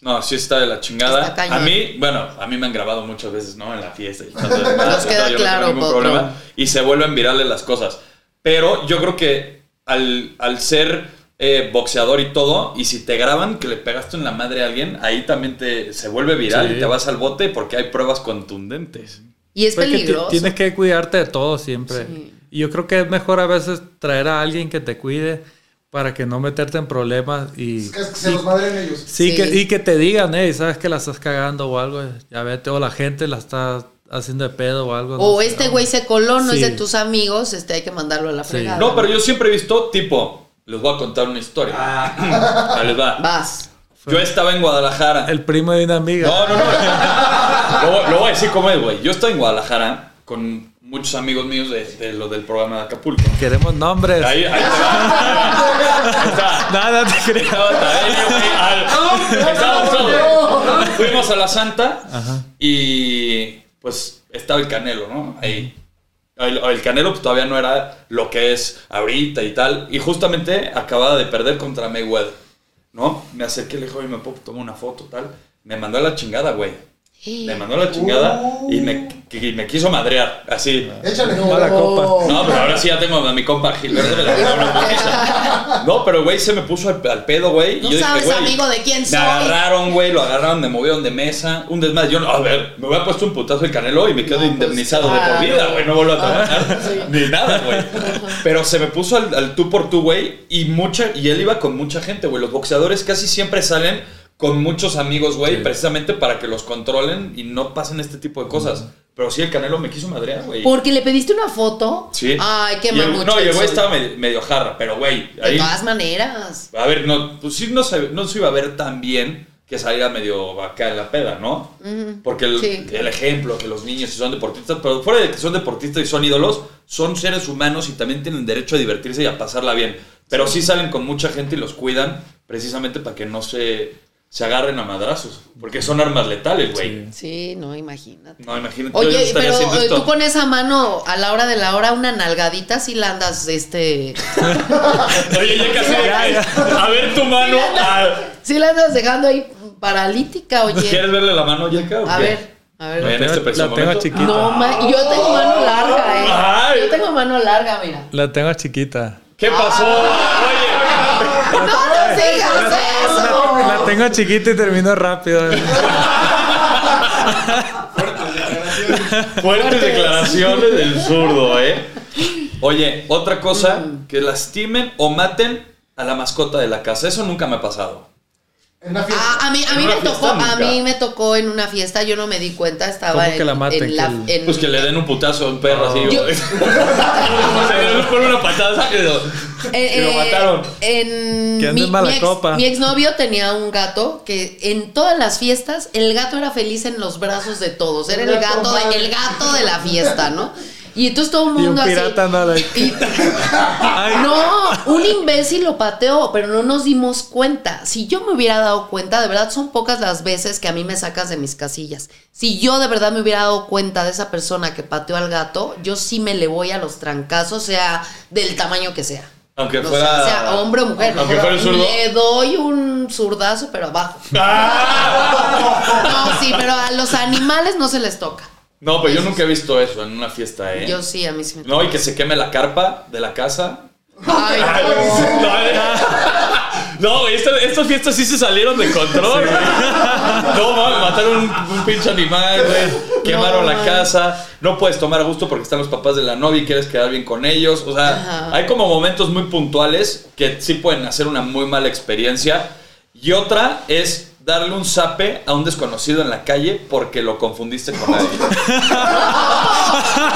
S1: No, sí está de la chingada.
S3: Está cañón.
S1: A mí, bueno, a mí me han grabado muchas veces, ¿no? En la fiesta. Y tanto demás,
S3: Nos
S1: y
S3: queda
S1: tal, yo no tengo
S3: claro,
S1: ningún
S3: Potro.
S1: problema. Y se vuelven virales las cosas. Pero yo creo que al, al ser eh, boxeador y todo, y si te graban que le pegaste en la madre a alguien, ahí también te, se vuelve viral
S2: Sí.
S1: y te vas al bote porque hay pruebas contundentes.
S3: Y es
S2: Pues que ti-
S3: peligroso.
S2: tienes que cuidarte de todo siempre. Y yo creo que es mejor a veces traer a alguien que te cuide para que no meterte en problemas y,
S4: Es que se los madren ellos.
S2: sí,
S3: Sí.
S2: Que, y que te digan, hey, sabes que la estás cagando o algo, ya vete, o la gente la está haciendo de pedo o algo.
S3: O
S2: no sé,
S3: este
S2: ¿no?
S3: güey se coló, no es
S2: Sí.
S3: de tus amigos, este hay que mandarlo a la
S2: Sí.
S3: fregada.
S1: No, pero yo siempre he visto, tipo, les voy a contar una historia. Ahí les va.
S3: Vas.
S1: Yo estaba en Guadalajara.
S2: El primo de una amiga.
S1: No, no, no. lo, lo voy a decir como es, güey. Yo estoy en Guadalajara con muchos amigos míos de, de lo del programa de Acapulco.
S2: Queremos nombres.
S1: Ahí, ahí te va. Ahí está.
S2: Nada, te creo.
S1: Estaba Tabelio, güey, al- estaba solo. Fuimos a la Santa y pues estaba el Canelo, ¿no? Ahí. El, el Canelo pues, todavía no era lo que es ahorita y tal. Y justamente acababa de perder contra Mayweather, ¿no? Me acerqué, le dije, oye, me puedo tomar una foto, tal. Me mandó a la chingada, güey. Me mandó a la chingada y, me, y me quiso madrear, así.
S4: Échale.
S2: Mala copa.
S1: No, pero ahora sí ya tengo a mi compa Gilberto me la mandó una putiza. No, pero güey se me puso al, al pedo, güey. y
S3: No
S1: yo dije,
S3: sabes,
S1: güey,
S3: amigo, de quién soy.
S1: Me agarraron, güey, lo agarraron, me movieron de mesa. Un desmadre. Yo, no, a ver, me hubiera puesto un putazo el canelo y me quedo indemnizado de
S3: claro.
S1: por vida, güey. No vuelvo a trabajar ni nada, güey. Pero se me puso al, al tú por tú, güey. Y, mucha- y él iba con mucha gente, güey. Los boxeadores casi siempre salen con muchos amigos, güey, precisamente para que los controlen y no pasen este tipo de cosas. Pero sí, el canelo me quiso madrear, güey.
S3: Porque le pediste una foto.
S1: Sí.
S3: Ay, qué
S1: Y el-
S3: mamucho.
S1: No, y el güey
S3: soy.
S1: estaba medio, medio jarra, pero güey,
S3: De
S1: ahí.
S3: todas maneras.
S1: A ver, no, pues sí, no se, no se iba a ver tan bien que saliera medio acá en la peda, ¿no? Porque el,
S3: sí.
S1: el ejemplo, que los niños si son deportistas, pero fuera de que son deportistas y son ídolos, son seres humanos y también tienen derecho a divertirse y a pasarla bien. Pero sí salen con mucha gente y los cuidan precisamente para que no se, se agarren a madrazos, porque son armas letales, güey.
S3: Sí, no, imagínate.
S1: No, imagínate, yo
S3: Oye,
S1: estaría
S3: pero
S1: haciendo
S3: eh,
S1: esto.
S3: tú con esa mano, a la hora de la hora, una nalgadita si la andas, este...
S1: Oye, ya casi de- A ver tu mano. a-
S3: si la andas dejando ahí paralítica, oye.
S1: Ah, ¿Quieres verle la mano, Yeka? o
S3: A
S1: qué?
S3: ver, a
S2: La
S3: ver.
S1: en este
S2: tengo-
S1: preciso
S2: la tengo
S1: momento.
S2: chiquita.
S3: No, ma- y yo tengo mano larga,
S1: Ay.
S3: eh. Yo tengo mano larga, mira.
S2: La tengo chiquita.
S1: ¿Qué pasó? Oye.
S3: ¡No nos digas eso!
S2: La tengo chiquita y termino rápido.
S1: Fuertes declaraciones del zurdo, ¿eh? Oye, otra cosa, que lastimen o maten a la mascota de la casa. Eso nunca me ha pasado.
S4: En una fiesta.
S3: Ah, a mí, a mí
S1: En una
S3: me
S1: fiesta
S3: tocó, a
S1: nunca.
S3: mí me tocó en una fiesta, yo no me di cuenta, estaba
S2: ¿Cómo que
S3: en,
S2: la maten?
S3: en la-
S2: Que
S3: en-
S1: Pues que le den un putazo a un perro así.
S3: Yo-
S1: o- Se le pone una patada y lo,
S3: Eh,
S1: y lo
S3: eh,
S1: mataron.
S3: En
S2: Que ande
S3: mi,
S2: en mala
S3: mi ex-
S2: copa.
S3: mi exnovio tenía un gato que en todas las fiestas el gato era feliz en los brazos de todos. Era el
S4: Gato
S3: gato, de,
S4: mal.
S3: el gato de la fiesta, ¿no? Y entonces todo el
S2: Y un
S3: mundo
S2: pirata
S3: así.
S2: no la-
S3: Y-
S2: Ay.
S3: no, un imbécil lo pateó, pero no nos dimos cuenta. Si yo me hubiera dado cuenta, de verdad son pocas las veces que a mí me sacas de mis casillas. Si yo de verdad me hubiera dado cuenta de esa persona que pateó al gato, yo sí me le voy a los trancazos, sea del tamaño que sea.
S1: Aunque
S3: O sea,
S1: fuera-
S3: sea hombre o mujer.
S1: Aunque fuera el zurdo.
S3: Le doy un zurdazo, pero abajo.
S1: ¡Ah!
S3: No, sí, pero a los animales no se les toca.
S1: No, pero yo nunca he visto eso en una fiesta, ¿eh?
S3: Yo sí, a mí sí me
S1: No, y que se queme la carpa de la casa.
S3: Ay, no.
S1: No, güey, esta- estas fiestas sí se salieron de control. No, mames, mataron un, un pinche animal, güey. Quemaron la casa. No puedes tomar a gusto porque están los papás de la novia y quieres quedar bien con ellos. O sea,
S3: Ajá.
S1: hay como momentos muy puntuales que sí pueden hacer una muy mala experiencia. Y otra es darle un zape a un desconocido en la calle porque lo confundiste con nadie.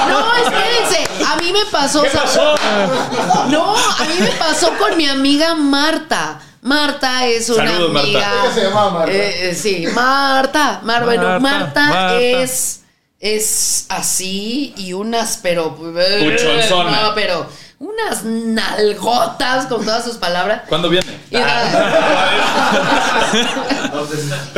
S3: No, espérense. A mí me pasó.
S1: ¿Qué
S3: o sea,
S1: pasó?
S3: No, a mí me pasó con mi amiga Marta. Marta es una
S1: Saludos, Marta.
S3: amiga.
S4: Ella se llamaba Marta.
S3: Eh, eh, sí, Marta. Mar- bueno,
S2: Marta,
S3: Marta,
S2: Marta.
S3: es es así y unas pero eh,
S1: Puchonzona.
S3: no, pero unas nalgotas con todas sus palabras.
S1: ¿Cuándo viene? Ah,
S3: Y,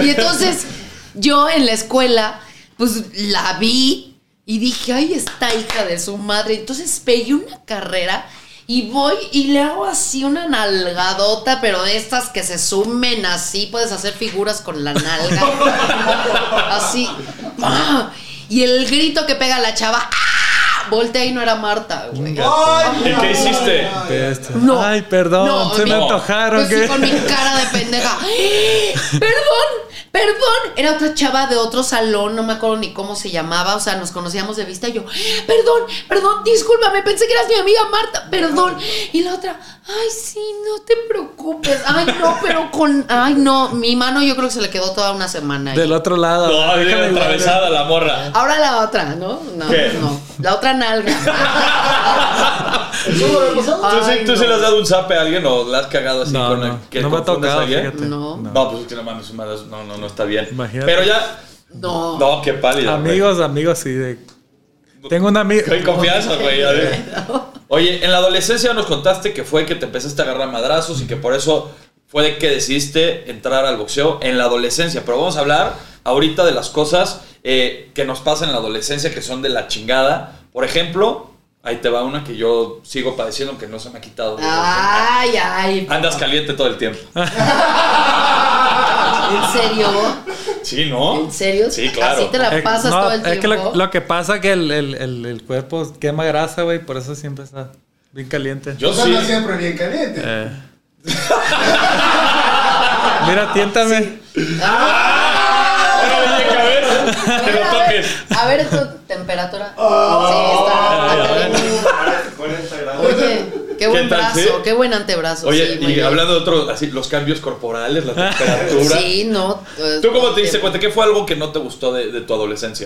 S3: Y entonces yo en la escuela, pues la vi y dije, ay, esta hija de su madre. Entonces pegué una carrera y voy y le hago así una nalgadota, pero de estas que se sumen así, puedes hacer figuras con la nalga. así. ¡Ah! Y el grito que pega la chava, ¡ah! Voltea y no era Marta, güey. ah,
S1: ¿Y qué hiciste?
S2: Peste.
S3: No.
S2: Ay, perdón,
S3: No,
S2: se me
S3: no.
S2: antojaron.
S3: Yo sí,
S2: ¿qué?
S3: con mi cara de pendeja. Perdón, perdón. Era otra chava de otro salón, no me acuerdo ni cómo se llamaba. O sea, nos conocíamos de vista. Y yo, perdón, perdón, discúlpame, pensé que eras mi amiga Marta, perdón. Y la otra, ay, sí, no te preocupes. Ay, no, pero con. Ay, no, mi mano yo creo que se le quedó toda una semana. ahí.
S2: Del otro lado.
S1: No,
S2: déjame
S1: viene
S2: igual.
S1: atravesada la morra.
S3: Ahora la otra, ¿no? No,
S1: ¿Qué?
S3: no. La otra nalga.
S4: ¿Eso no había pasado?
S1: ¿Tú, sí,
S3: Ay,
S1: tú sí
S3: no.
S1: le has dado un zape a alguien o la has cagado así
S2: No,
S1: con
S2: no,
S1: que
S2: no me ha
S1: confundas
S2: tocado,
S1: a alguien?
S2: fíjate.
S3: No.
S1: No, pues es que no mames, malas- no, no, no está bien.
S2: Imagínate.
S1: Pero ya.
S3: No.
S1: No, qué pálido. güey.
S2: Amigos, amigos, sí. De... Tengo un amigo.
S1: Hay confianza, güey. a ver. Oye, en la adolescencia nos contaste que fue que te empezaste a agarrar a madrazos y que por eso fue que decidiste entrar al boxeo en la adolescencia. Pero vamos a hablar ahorita de las cosas eh, que nos pasan en la adolescencia que son de la chingada. Por ejemplo, ahí te va una que yo sigo padeciendo que no se me ha quitado.
S3: Ay, ay.
S1: Andas caliente todo el tiempo.
S3: ¿En serio?
S1: Sí, ¿no?
S3: ¿En serio?
S1: Ah, Sí, claro.
S3: Así te la
S2: Eh,
S3: pasas
S2: no,
S3: todo el tiempo.
S2: Es que lo, lo que pasa es que el, el- el- el cuerpo quema grasa, güey, por eso siempre está bien caliente.
S1: Yo
S4: O sea,
S1: sí.
S4: anda siempre bien caliente.
S2: Eh. Mira, tiéntame.
S3: Ah.
S1: Pero oye, que a ver,
S3: A
S1: que
S3: ver,
S1: lo
S3: a ver,
S1: toques. Ah.
S3: A ver tu temperatura. sí, está- está. caliente. Oye, qué buen
S1: ¿Qué tal,
S3: brazo,
S1: sí?
S3: qué buen antebrazo.
S1: Oye,
S3: sí, muy
S1: y
S3: bien.
S1: hablando de otros, así, los cambios corporales, la temperatura.
S3: Sí, no. eh,
S1: ¿Tú cómo te diste
S3: eh,
S1: cuenta? ¿Qué fue algo que no te gustó de, de tu adolescencia?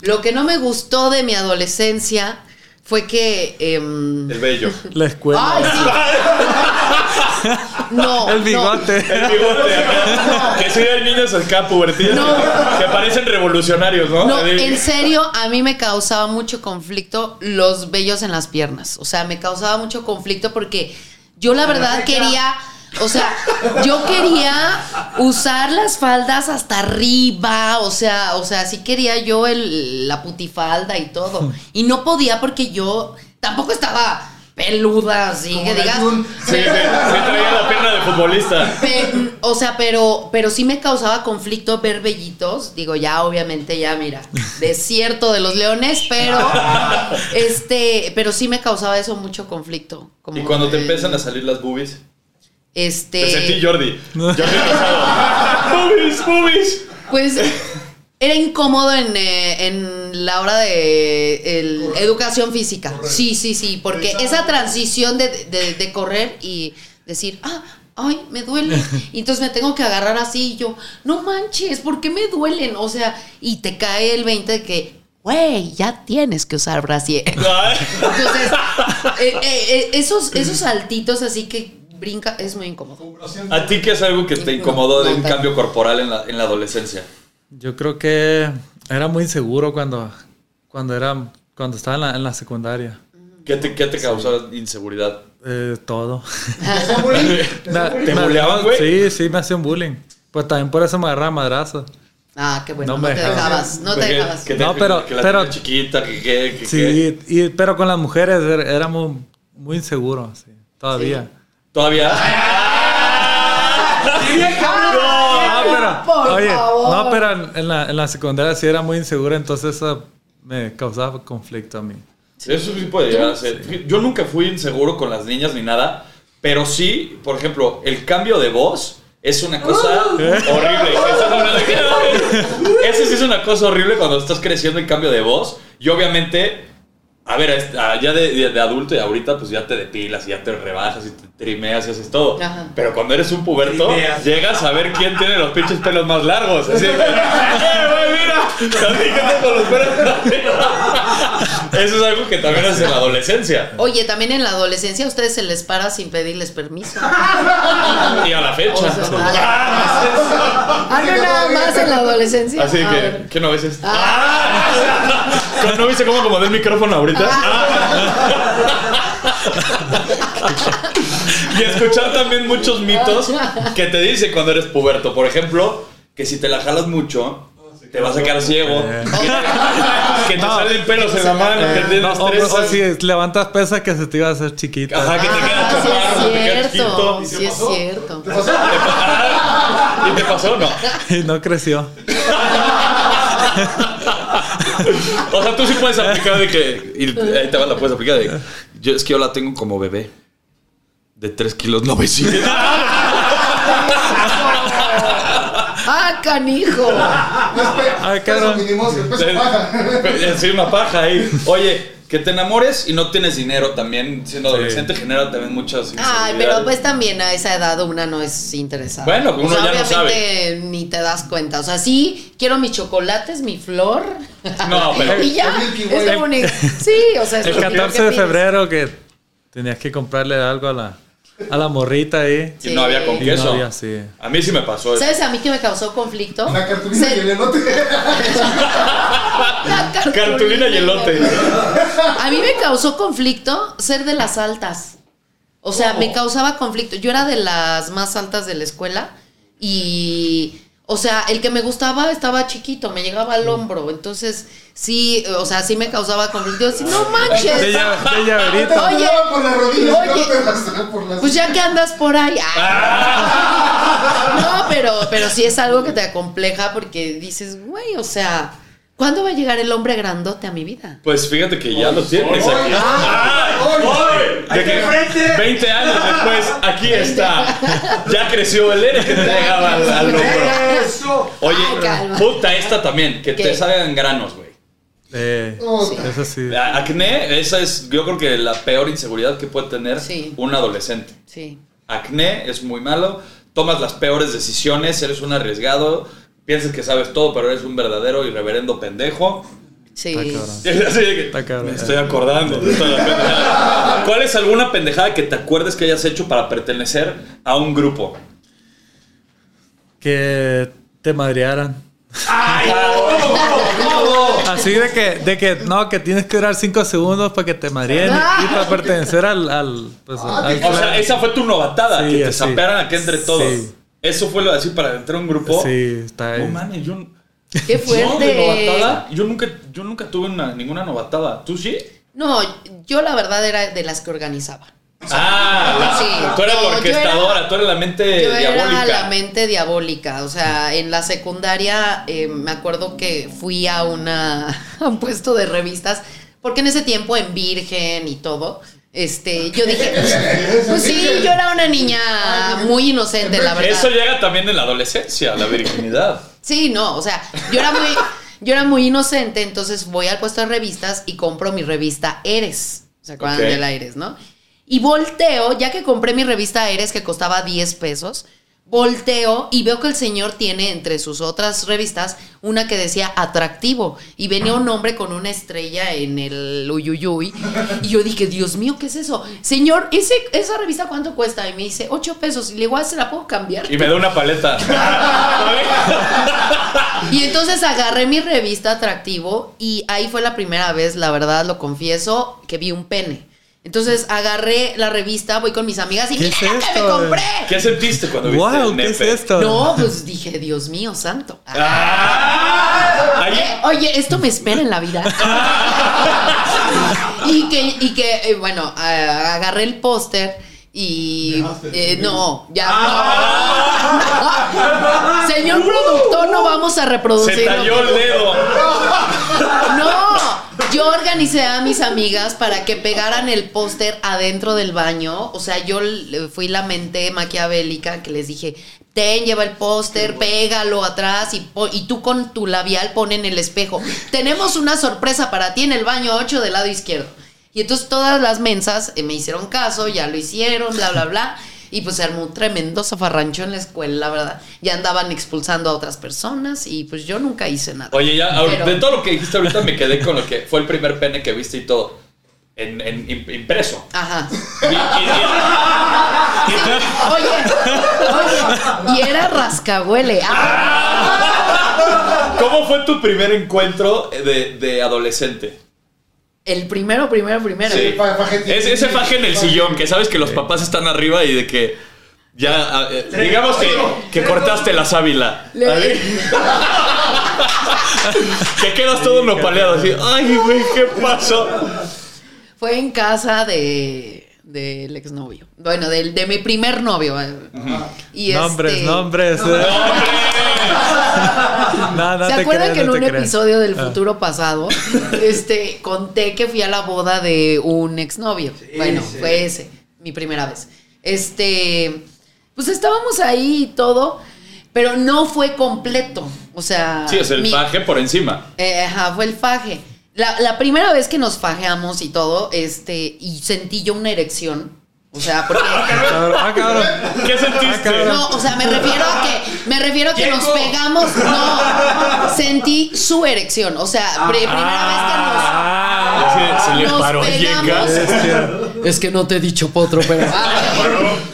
S3: Lo que no me gustó de mi adolescencia fue que. em,
S1: El bello.
S2: La escuela.
S3: ¡Ay, sí! No.
S2: el
S3: no.
S2: bigote.
S1: El bigote. acá. que soy de niños acá pubertillos
S3: No.
S1: que parecen revolucionarios, ¿no?
S3: No,
S1: Así.
S3: en serio, a mí me causaba mucho conflicto los vellos en las piernas. O sea, me causaba mucho conflicto porque yo la verdad quería, o sea, yo quería usar las faldas hasta arriba, o sea, o sea, sí quería yo el, la putifalda y todo. Y no podía porque yo tampoco estaba peluda, así
S4: Como
S3: que
S4: la
S3: digas.
S4: Jun.
S1: Sí, sí, sí, traía la pierna de futbolista.
S3: Pe- o sea, pero, pero sí me causaba conflicto ver bellitos. Digo, ya, obviamente, ya, mira, desierto de los leones, pero este, pero sí me causaba eso mucho conflicto. como
S1: Y cuando te
S3: el-
S1: empiezan a salir las boobies,
S3: Este.
S1: te sentí Jordi. Jordi Rosado. ¡Boobies, boobies!
S3: Pues Era incómodo en, eh, en la hora de el- educación física. Sí, sí, sí, porque esa transición de, de- de correr y decir, ah, ay, me duele. Y entonces me tengo que agarrar así y yo, no manches, ¿por qué me duelen? O sea, y te cae el 20 de que, güey, ya tienes que usar brasier. Entonces, eh, eh, eh, esos, esos saltitos así que brinca es muy incómodo.
S1: ¿A ti qué es algo que te incomodó de un
S3: No,
S1: cambio corporal en la, en la adolescencia?
S2: Yo creo que era muy inseguro cuando, cuando, era, cuando estaba en la, en la secundaria.
S1: ¿Qué te, qué te causó inseguridad?
S2: Eh, todo.
S1: ¿Te buleaban, güey?
S2: Sí, sí, me hacían bullying. Pues también por eso me agarraba madrazo.
S3: Ah, qué bueno,
S2: No
S3: no,
S2: me
S3: te
S2: dejabas.
S3: dejabas, no te
S1: Que-
S3: dejabas.
S1: que te-
S2: No, pero-
S1: que la
S2: pero-
S1: tenía chiquita, que qué, que qué.
S2: Sí, y, pero con las mujeres er- éramos muy inseguros, sí, todavía.
S1: Todavía.
S2: Ah, pero,
S3: Por
S2: oye,
S3: favor.
S2: no, pero en- en la, en la secundaria sí era muy insegura, entonces eso me causaba conflicto a mí.
S1: Eso sí puede llegar a ser. Yo nunca fui inseguro con las niñas ni nada, pero sí, por ejemplo, el cambio de voz es una cosa horrible. Estás hablando de que- Ese sí es una cosa horrible cuando estás creciendo el cambio de voz. Y obviamente, a ver, es- ah, ya de, de- de adulto y ahorita, pues ya te depilas y ya te rebajas y te trimeas y haces todo.
S3: Ajá.
S1: Pero cuando eres un puberto,
S7: Trimeas.
S1: llegas a ver quién tiene los pinches pelos más largos. Así, de, "Eh, güey, mira! así que tengo los pelos más largos". Eso es algo que también haces en la adolescencia.
S3: Oye, también en la adolescencia a ustedes se les para sin pedirles permiso.
S4: Ah,
S1: Y a la fecha.
S3: O sea, Ah, no, nada más en la adolescencia.
S1: Así
S3: Ah,
S1: que,
S3: bueno.
S1: ¿qué no ves? Ah. ¿No viste cómo acomodé el micrófono ahorita? Ah. y escuchar también muchos mitos que te dice cuando eres puberto. Por ejemplo, que si te la jalas mucho, te vas a quedar ciego.
S2: Eh.
S1: Que te salen pelos en la mano, que te
S2: No, o, o
S1: estresas.
S2: si levantas pesas que se te iba a hacer chiquita.
S1: Ajá, que te quedas
S3: Ah,
S1: chaparro,
S3: sí
S1: que te
S3: es
S1: quedas chiquito.
S3: cierto, sí es cierto.
S1: ¿Y te pasó o no?
S2: Y no creció.
S1: O sea, tú sí puedes aplicar de que. Y ahí te va, la puedes aplicar de. Yo, es que yo la tengo como bebé. De 3 kilos 900.
S3: Ah, canijo.
S2: Ay,
S4: Ay,
S2: cabrón.
S4: mínimo, si el peso baja.
S1: Sí, pues, una paja ahí. Oye, que te enamores y no tienes dinero también. Siendo adolescente genera también muchas.
S3: Ay,
S1: inseguridades.
S3: pero pues también a esa edad una no es interesada.
S1: Bueno, uno
S3: O sea,
S1: ya no
S3: obviamente
S1: sabe.
S3: ni te das cuenta. O sea, sí, quiero mis chocolates, mi flor.
S1: No, pero-
S3: y ya.
S4: El Milky
S3: Es
S4: Way.
S3: lo único. Sí, o sea, es
S2: El
S3: lo primero
S2: 14 de
S3: que pides.
S2: febrero que tenías que comprarle algo a la, a la morrita ahí.
S1: Y no había con
S3: pues, Sí.
S2: Y
S1: queso.
S2: no había, sí.
S1: A mí sí me pasó.
S3: ¿Sabes a mí que me causó conflicto?
S4: La cartulina
S3: Se-
S4: y el elote.
S3: La
S1: Cartulina y elote.
S3: A mí me causó conflicto ser de las altas. O sea, me causaba conflicto. Yo era de las más altas de la escuela y, o sea, el que me gustaba estaba chiquito, me llegaba
S1: Mm.
S3: al hombro. Entonces, sí, o sea, sí me causaba conflicto. Yo decía, no
S2: De,
S3: manches.
S2: lla- de
S4: Te
S2: llaverito.
S3: Oye,
S4: pasaba por las rodillas,
S3: oye.
S4: no te pasaba por las
S3: Pues ya que andas por ahí.
S1: Ah.
S3: ay. No, pero, pero sí es algo que te acompleja porque dices, güey, o sea, ¿cuándo va a llegar el hombre grandote a mi vida?
S1: Pues fíjate que ya lo tienes
S4: Hoy,
S1: aquí.
S3: ah,
S4: hoy,
S1: ¡Ay!
S7: ¡Aquí
S1: que
S7: enfrente!
S1: 20 años después, aquí está. Ya creció el Ere que te llegaba al, al hombro.
S7: ¡Eso!
S1: Oye,
S3: Ay, calma.
S1: puta, esta también, que te
S3: ¿Qué?
S1: salgan granos, güey.
S2: Eh, eso sí.
S3: Ah,
S1: A- Acné, esa es, yo creo que la peor inseguridad que puede tener
S3: Sí.
S1: un adolescente.
S3: Sí.
S1: Acné es muy malo, tomas las peores decisiones, eres un arriesgado, piensas que sabes todo, pero eres un verdadero y reverendo pendejo.
S3: Sí.
S2: Ah, cabrón.
S1: Y así de que,
S2: Está cabrón.
S1: me estoy acordando. de toda la pendejada. ¿Cuál es alguna pendejada que te acuerdes que hayas hecho para pertenecer a un grupo?
S2: Que te madrearan.
S7: ¡Ay!
S2: Así de que, de que no, que tienes que durar 5 segundos para que te mareen y para pertenecer al. al, pues, al-
S1: O sea, esa fue tu novatada,
S2: Sí,
S1: que te
S2: así.
S1: sapearan aquí entre todos.
S2: Sí.
S1: Eso fue lo de así para entrar a un grupo.
S2: Sí, está
S1: No
S2: ahí.
S1: mames, yo.
S3: Qué
S1: No, de
S3: fuerte.
S1: novatada, yo nunca, yo nunca tuve una- ninguna novatada. ¿Tú sí?
S3: No, yo la verdad era de las que organizaba.
S1: Ah, la-
S3: Sí.
S1: tú eras
S3: No,
S1: la
S3: yo
S1: orquestadora, tú eras la mente
S3: Yo
S1: Eh, diabólica.
S3: era la mente diabólica. O sea, en la secundaria eh, me acuerdo que fui a una a un puesto de revistas, porque en ese tiempo en Virgen y todo, Este, yo dije, pues sí, yo era una niña muy inocente, la verdad.
S1: Eso llega también en la adolescencia, la virginidad.
S3: Sí, no, o sea, yo era muy, yo era muy inocente, entonces voy al puesto de revistas y compro mi revista Eres. ¿Se acuerdan
S1: Ok.
S3: del Eres, no? Y volteo, ya que compré mi revista Eres que costaba 10 pesos, volteo y veo que el señor tiene entre sus otras revistas una que decía atractivo y venía un hombre con una estrella en el uyuyuy y yo dije, Dios mío, ¿qué es eso? Señor, ¿ese, ¿esa revista cuánto cuesta? Y me dice, 8 pesos. Y le digo, "Ah, ¿se la puedo cambiar?
S1: Y me da una paleta.
S3: Y entonces agarré mi revista Atractivo y ahí fue la primera vez, la verdad, lo confieso, que vi un pene. Entonces agarré la revista, voy con mis amigas y
S7: ¿Qué
S3: ¡mira
S7: es
S3: que me
S7: esto?
S3: compré!
S1: ¿Qué sentiste cuando viste
S7: ¡Wow!
S1: el
S7: ¿Qué es
S1: nepe?
S7: esto?
S3: No, pues dije, Dios mío, santo.
S1: ¡Ah! Ahí-
S3: Eh, oye, esto me espera en la vida. y que, y que eh, bueno, eh, agarré el póster y... eh, no, ya... Señor productor, no vamos a reproducir.
S1: Ah. se talló el dedo.
S3: No, yo organicé a mis amigas para que pegaran el póster adentro del baño. O sea, yo le- fui la mente maquiavélica que les dije, ten, lleva el póster, pégalo atrás y, po- y tú con tu labial pon en el espejo. Tenemos una sorpresa para ti en el baño 8 del lado izquierdo. Y entonces todas las mensas eh, me hicieron caso, ya lo hicieron, bla, bla, bla. Y pues se armó un tremendo zafarrancho en la escuela, la verdad. Ya andaban expulsando a otras personas y pues yo nunca hice nada.
S1: Oye, ya, ahor-
S3: Pero-
S1: de todo lo que dijiste ahorita me quedé con lo que fue el primer pene que viste y todo. En, en- im- impreso.
S3: Ajá.
S1: Y- y- y- y-
S3: Oye, oye, y era rascahuele. Ah,
S1: Ah. ¿Cómo fue tu primer encuentro de, de adolescente?
S3: el primero, primero, primero.
S1: Sí.
S4: fa- faje-
S1: Es- ese faje en el sillón, que sabes que los papás están arriba y de que ya, ah, eh, digamos que, que cortaste la sábila.
S3: Le-
S1: Que quedas todo nopaleado así. Ay, güey, ¿qué pasó?
S3: Fue en casa de del exnovio. Bueno, del, de mi primer novio. eh. Y
S2: nombres,
S3: este,
S2: nombres. eh. No, no
S3: ¿Se
S2: te
S3: acuerdan
S2: creas,
S3: que en
S2: no
S3: un
S2: te creas.
S3: episodio del
S2: Ah.
S3: futuro pasado este, conté que fui a la boda de un exnovio? bueno, fue ese, mi primera vez. Este, pues estábamos ahí y todo, pero no fue completo. O sea,
S1: Sí, es el
S3: mi-
S1: faje por encima.
S3: Eh, ajá, fue el faje. La, la primera vez que nos fajeamos y todo, este, y sentí yo una erección. O sea, porque.
S2: Cabrón, ah, cabrón.
S1: ¿Qué sentiste?
S3: No, o sea, me refiero a que, me refiero a que nos pegamos. No, sentí su erección. O sea, pri-
S1: Ah, se, se le
S3: primera vez que nos. nos
S1: paró el
S3: pegamos.
S1: yenga.
S3: Es que no te he dicho potro, pero.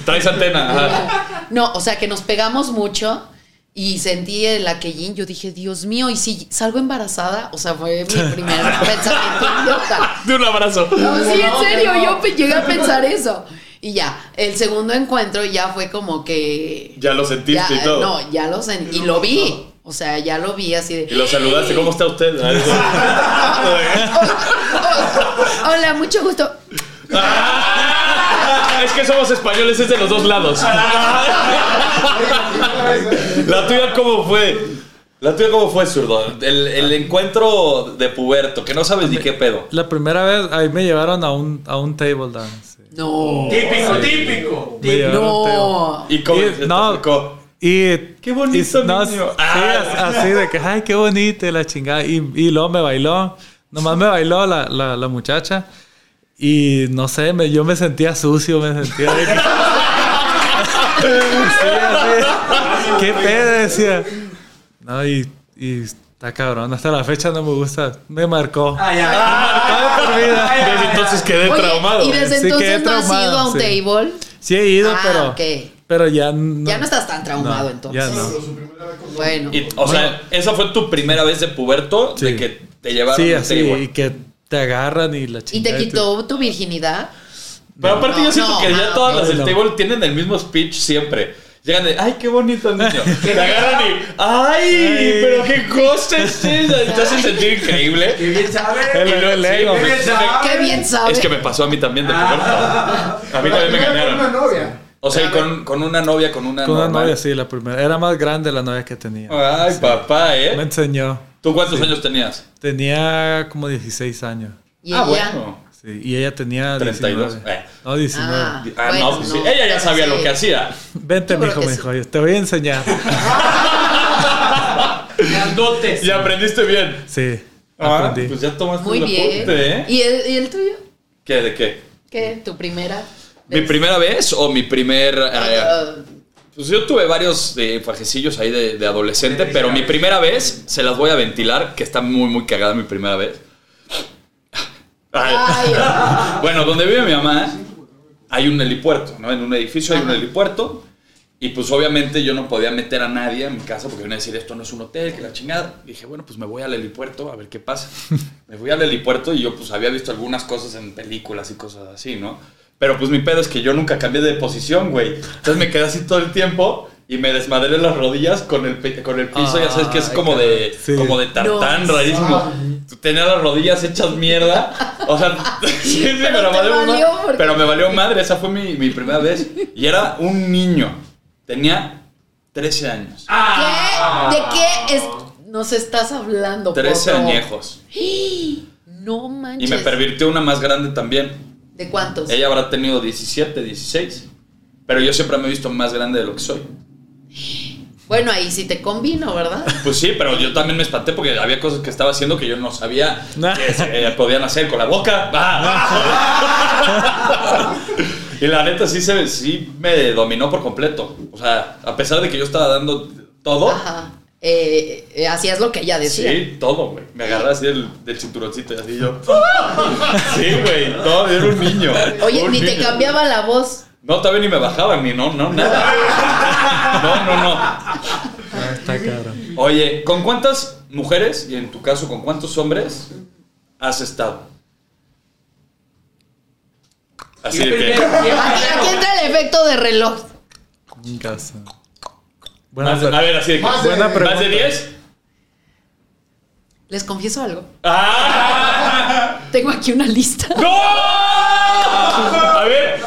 S1: Traes antena. ajá.
S3: No, o sea, que nos pegamos mucho y sentí el aquellín. Yo dije, Dios mío, ¿y si salgo embarazada? O sea, fue mi primer pensamiento idiota.
S1: De un abrazo.
S3: No, sí, en serio, yo pe- llegué a pensar eso. Y ya, el segundo encuentro ya fue como que.
S1: Ya lo sentiste
S3: ya, eh,
S1: y todo.
S3: No, ya lo sentí. Y lo vi. O sea, ya lo vi así de.
S1: Y lo saludaste. ¿Cómo está usted?
S3: ¡Oh! Hola, mucho gusto.
S1: Ah, es que somos españoles, es de los dos lados. La tuya, ¿cómo fue? La tuya, ¿cómo fue, zurdo? El, el encuentro de puberto, que no sabes ni qué pedo.
S2: La primera vez ahí me llevaron a un, a un table dance.
S3: No.
S8: Típico, típico.
S2: Me llevaron a un table.
S3: No.
S1: ¿Y cómo
S2: Y-
S1: se te
S2: no.
S1: acercó?
S2: Y
S1: Qué bonito
S2: y- no,
S1: niño.
S2: sí,
S1: Ah.
S2: as- así de que, ay, qué bonito y la chingada. Y, y luego me bailó. Nomás me bailó la, la, la muchacha. Y no sé, me, yo me sentía sucio, me sentía de que- Sí, así. ¿Qué pedo? Decía. No, y, y está cabrón. Hasta la fecha no me gusta. Me marcó.
S8: Ay, ay, ay.
S2: Por vida.
S8: Ay, ay,
S1: Desde
S8: ay.
S1: entonces quedé
S3: Oye,
S1: traumado.
S3: Y desde
S2: Sí, quedé
S3: entonces no has
S2: traumado,
S3: ido a un
S2: sí.
S3: table.
S2: Sí he ido,
S3: Ah,
S2: pero.
S3: ok.
S2: Pero ya no.
S3: Ya no estás tan traumado
S2: No,
S3: entonces.
S2: Ya no.
S3: Bueno.
S1: Y, o sea, esa fue tu primera vez de puberto, de
S2: Sí.
S1: que te llevaron
S2: Sí,
S1: al
S2: así.
S1: table.
S2: Y que te agarran y la
S3: ¿Y
S2: chingada.
S3: te
S2: y
S3: quitó tu virginidad?
S1: Pero aparte
S3: No,
S1: yo siento
S3: no,
S1: que ya
S3: ah,
S1: todas las del
S2: no.
S1: table tienen el mismo speech siempre. Llegan de, ay, qué bonito niño. Te agarran y, ay,
S2: Ay.
S1: pero qué cosa es esa. Y Te hacen sentir
S8: Qué
S1: increíble.
S8: bien sabe.
S2: El-
S1: Y luego,
S2: el
S1: sí,
S2: ego.
S1: me-
S8: Qué bien sabe.
S3: Qué bien sabes.
S1: Ah, Es que me pasó a mí también de puberto. A mí también me
S4: Una
S1: ganaron.
S4: novia.
S1: O sea, y con, con una novia, con una
S2: Con una
S1: normal.
S2: novia, sí, la primera. Era más grande la novia que tenía.
S1: Ay, papá,
S2: Me
S1: ¿eh?
S2: enseñó.
S1: ¿Tú cuántos años tenías?
S2: Tenía como 16 años.
S3: Y
S1: ah,
S3: ella.
S1: bueno.
S2: Sí. Sí, y ella tenía
S1: 32.
S2: 19.
S1: Eh.
S2: No, 19.
S3: Ah.
S1: Ah,
S3: Bueno,
S1: no, pues sí,
S3: no,
S1: ella ya sabía
S3: sí.
S1: lo que hacía.
S2: Vente,
S3: Yo creo
S2: mijo,
S3: que
S2: me dijo, yo te voy a enseñar.
S8: Grandotes.
S1: Y aprendiste bien.
S2: Sí,
S1: Ah,
S2: aprendí.
S1: pues ya tomaste
S3: Muy
S1: el
S3: bien.
S1: apunte, ¿eh?
S3: ¿Y, el, y el tuyo?
S1: ¿Qué, de qué?
S3: ¿Qué? ¿Tu primera?
S1: ¿Mi
S3: vez?
S1: primera vez o mi primer...? eh,
S3: Ah,
S1: Pues yo tuve varios eh, fajecillos ahí de, de adolescente, pero mi primera vez, se las voy a ventilar, que está muy, muy cagada mi primera vez. Ay. bueno, donde vive mi mamá, hay un helipuerto, ¿no? En un edificio hay un helipuerto, y pues obviamente yo no podía meter a nadie a mi casa porque iban a decir, esto no es un hotel, que la chingada. Y dije, bueno, pues me voy al helipuerto a ver qué pasa. me fui al helipuerto y yo pues había visto algunas cosas en películas y cosas así, ¿no? Pero pues mi pedo es que yo nunca cambié de posición, güey. Entonces me quedé así todo el tiempo y me desmadré las rodillas con el, pe- con el piso, ya sabes que es
S2: Ay,
S1: como de,
S2: sí.
S1: como de tartán,
S3: No. Ah,
S1: rarísimo. Tenía las rodillas hechas mierda. O sea, sí, sí,
S3: Pero
S1: pero,
S3: te
S1: valió
S3: valió
S1: madre.
S3: porque-
S1: Pero me valió madre, esa fue mi, mi primera vez. Y era un niño, tenía 13 años.
S3: Ah, ¿Qué? ¿De qué es- nos estás hablando?
S1: 13
S3: Potro?
S1: añejos.
S3: No
S1: Y
S3: manches.
S1: me pervirtió una más grande también.
S3: ¿De cuántos?
S1: Ella habrá tenido 17, 16. Pero yo siempre me he visto más grande de lo que soy.
S3: Bueno, ahí sí te combino, ¿verdad?
S1: Pues sí, pero yo también me espanté porque había cosas que estaba haciendo que yo no sabía que se, eh, podían hacer con la boca. Ah. y la neta sí, se, sí me dominó por completo. O sea, a pesar de que yo estaba dando todo,
S3: Ajá. Eh, eh, hacías lo que ella decía.
S1: Sí, todo, güey. Me agarré así del, del cinturoncito y así yo. Sí, güey, todo, era un niño.
S3: Oye,
S1: un
S3: ni te
S1: niño.
S3: cambiaba la voz.
S1: No, todavía ni me bajaba, ni no, no, nada. No, no, no.
S2: Está cabrón.
S1: Oye, ¿con cuántas mujeres y en tu caso con cuántos hombres has estado? Así de que.
S3: Aquí, aquí entra el efecto de reloj.
S2: En casa. Buena
S1: más de- a ver, así de que.
S4: Más de-
S2: buena pregunta.
S1: ¿Más de 10?
S3: Les confieso algo.
S1: ¡Ah!
S3: Tengo aquí una lista.
S1: ¡No! A ver.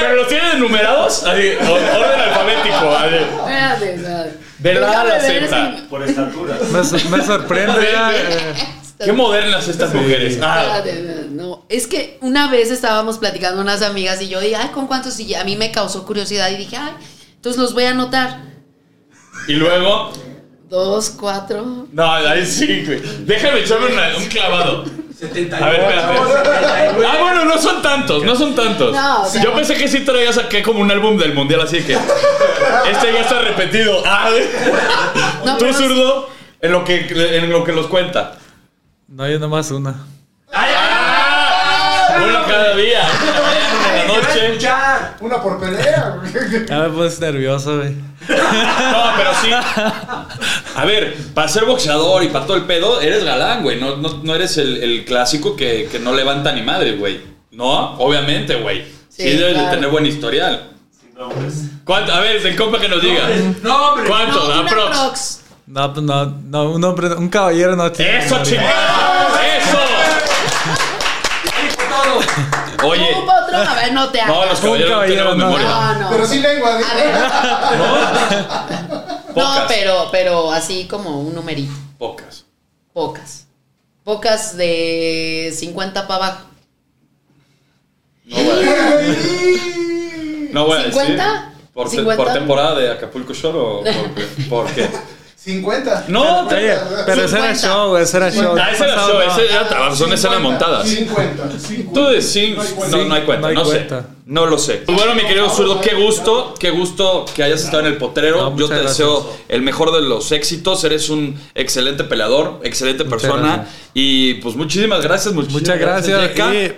S1: ¿Pero los tienen enumerados? Así, o- orden alfabético. A ver.
S3: Espérate, espérate.
S1: De la A a la
S3: Déjame ver
S1: Z.
S3: si-
S8: Por estatura.
S2: Me, sor- me sorprende. eh,
S1: Qué modernas estas mujeres. Ah,
S3: Espérate, espérate, No, es que una vez estábamos platicando unas amigas y yo dije, ay, ¿con cuántos? Y a mí me causó curiosidad y dije, ay, entonces los voy a anotar.
S1: y luego.
S3: Dos, cuatro.
S1: No, ahí sí, güey. Déjame echarme una- un clavado.
S8: 79.
S1: A ver, espérate. Ah, bueno, no son tantos, no son tantos.
S3: No, o sea-
S1: Yo pensé que sí traías acá como un álbum del mundial, así que. Este ya está repetido. Ah,
S3: No,
S1: Tú,
S3: pero-
S1: zurdo, en lo que, en lo que los cuenta.
S2: No, yo nomás una.
S1: Uno cada día, una en la mañana, en la noche.
S8: Escuchar.
S4: Una por pelea.
S2: Ya me pones nervioso, güey.
S1: No, pero sí. A ver, para ser boxeador y para todo el pedo, eres galán, güey. No, no, no eres el, el clásico que, que no levanta ni madre, güey. No, obviamente, güey. Sí,
S3: Sí,
S1: debes de
S3: claro.
S1: tener buen historial.
S2: pues.
S8: Nombres.
S1: ¿Cuánto? A ver, es el compa que nos diga.
S8: Nombres.
S1: ¿Cuánto?
S3: No, una
S1: Aprox.
S3: prox.
S2: No, pues no, no, un hombre, un caballero no tiene.
S1: ¡Eso,
S2: novia.
S1: chingada! ¡Eso! Oye,
S3: Tú, Potro, a ver, no te
S1: no, los
S3: hagas.
S1: caballeros no
S2: caballero,
S1: tenemos
S2: no.
S1: memoria.
S3: No, no.
S4: Pero sí lengua.
S3: A ver, no,
S1: Pocas.
S3: pero, pero así como un numerito.
S1: Pocas.
S3: Pocas. Pocas de 50 para abajo.
S1: No voy a decir. No voy a decir.
S3: ¿Cincuenta?
S1: ¿Por, te-
S3: ¿Cincuenta?
S1: por temporada de Acapulco Shore o por qué? ¿Por qué?
S4: 50.
S1: No, te-
S2: Oye, pero ese era
S3: 50.
S2: show, güey, ese era show.
S1: Ah, ese era
S2: Pasado,
S1: show,
S2: no.
S1: ese era trabajo, son escenas
S4: 50,
S1: montadas.
S4: 50. 50.
S1: Tú de sí,
S4: No hay
S1: no,
S4: cuenta.
S1: no hay cuenta,
S2: No hay
S1: no sé.
S2: cuenta.
S1: No lo sé. Y Bueno, mi querido zurdo, qué gusto, qué gusto que hayas estado en el potrero.
S2: No,
S1: Yo
S2: muchas
S1: te
S2: gracias.
S1: deseo el mejor de los éxitos. Eres un excelente peleador, excelente
S2: Muchas
S1: persona.
S2: gracias.
S1: Y pues muchísimas gracias, muchísimas
S2: Muchas gracias.
S1: Yeka.
S2: Y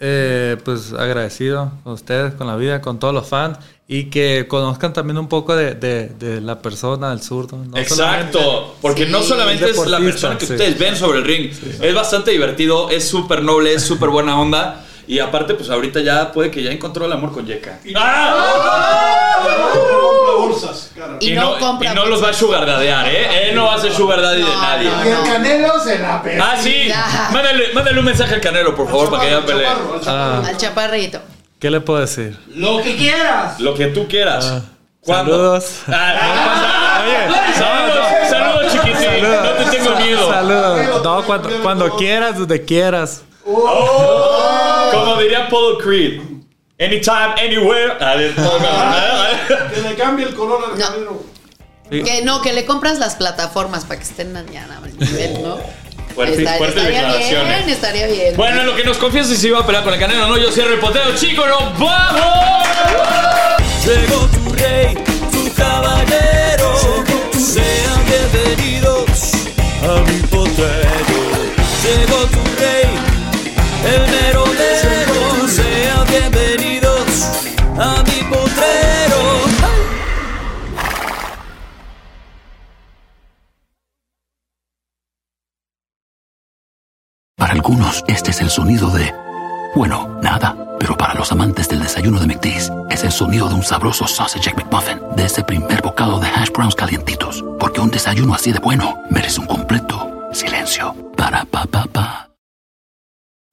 S2: eh, pues agradecido con ustedes, con la vida, con todos los fans. Y que conozcan también un poco de, de- de la persona, del zurdo. No solamente-
S1: Exacto, porque
S3: Sí.
S1: no solamente es la
S2: Deportista,
S1: persona que
S2: sí.
S1: ustedes ven sobre el ring, es bastante divertido, es súper noble, es súper buena onda. Y aparte, pues ahorita ya puede que ya encontró el amor con Yeka.
S8: Compra bolsas, cara.
S3: Y, no, compra.
S1: y no los va a sugardadear, ¿eh? Él no va a ser sugar daddy de
S3: No,
S1: nadie.
S3: no,
S4: Y el canelo se la pega.
S1: Ah, sí.
S3: Ya.
S1: Mándale, mándale un mensaje al Canelo, por favor, para que ya pelee.
S2: Ah,
S3: Al chaparrito.
S2: ¿Qué le puedo decir?
S8: Lo que quieras.
S1: Lo que tú quieras.
S2: Ah,
S1: ¿Cuándo?
S2: Saludos.
S1: Ah,
S2: Oye,
S1: saludos, saludos, chiquitín. No te tengo miedo.
S2: Saludos. No, cuando, cuando quieras, donde quieras.
S1: Como diría Polo Creed. Anytime, anywhere. A ver, todo con-
S8: Que le cambie el color al
S3: No.
S8: cabello.
S3: Que no, que le compras las plataformas para que estén ya nada más nivel, ¿no?
S1: Oh. Fuerte-
S3: Está-
S1: fuertes
S3: estaría
S1: declaraciones.
S3: bien, estaría bien.
S1: Bueno, en lo que nos confiesa si se iba a pelear con la canela o no, yo cierro el poteo, chico, ¡nos vamos!
S6: Llegó tu rey, tu caballero. Sean bienvenidos a mi potrero. Llegó tu rey, el merodero. Sean bienvenidos a mi potrero.
S7: Para algunos, este es el sonido de. Bueno, nada. Pero para los amantes del desayuno de McDee's, es el sonido de un sabroso Sausage Egg McMuffin, de ese primer bocado de hash browns calientitos. Porque un desayuno así de bueno merece un completo silencio. Para pa pa pa.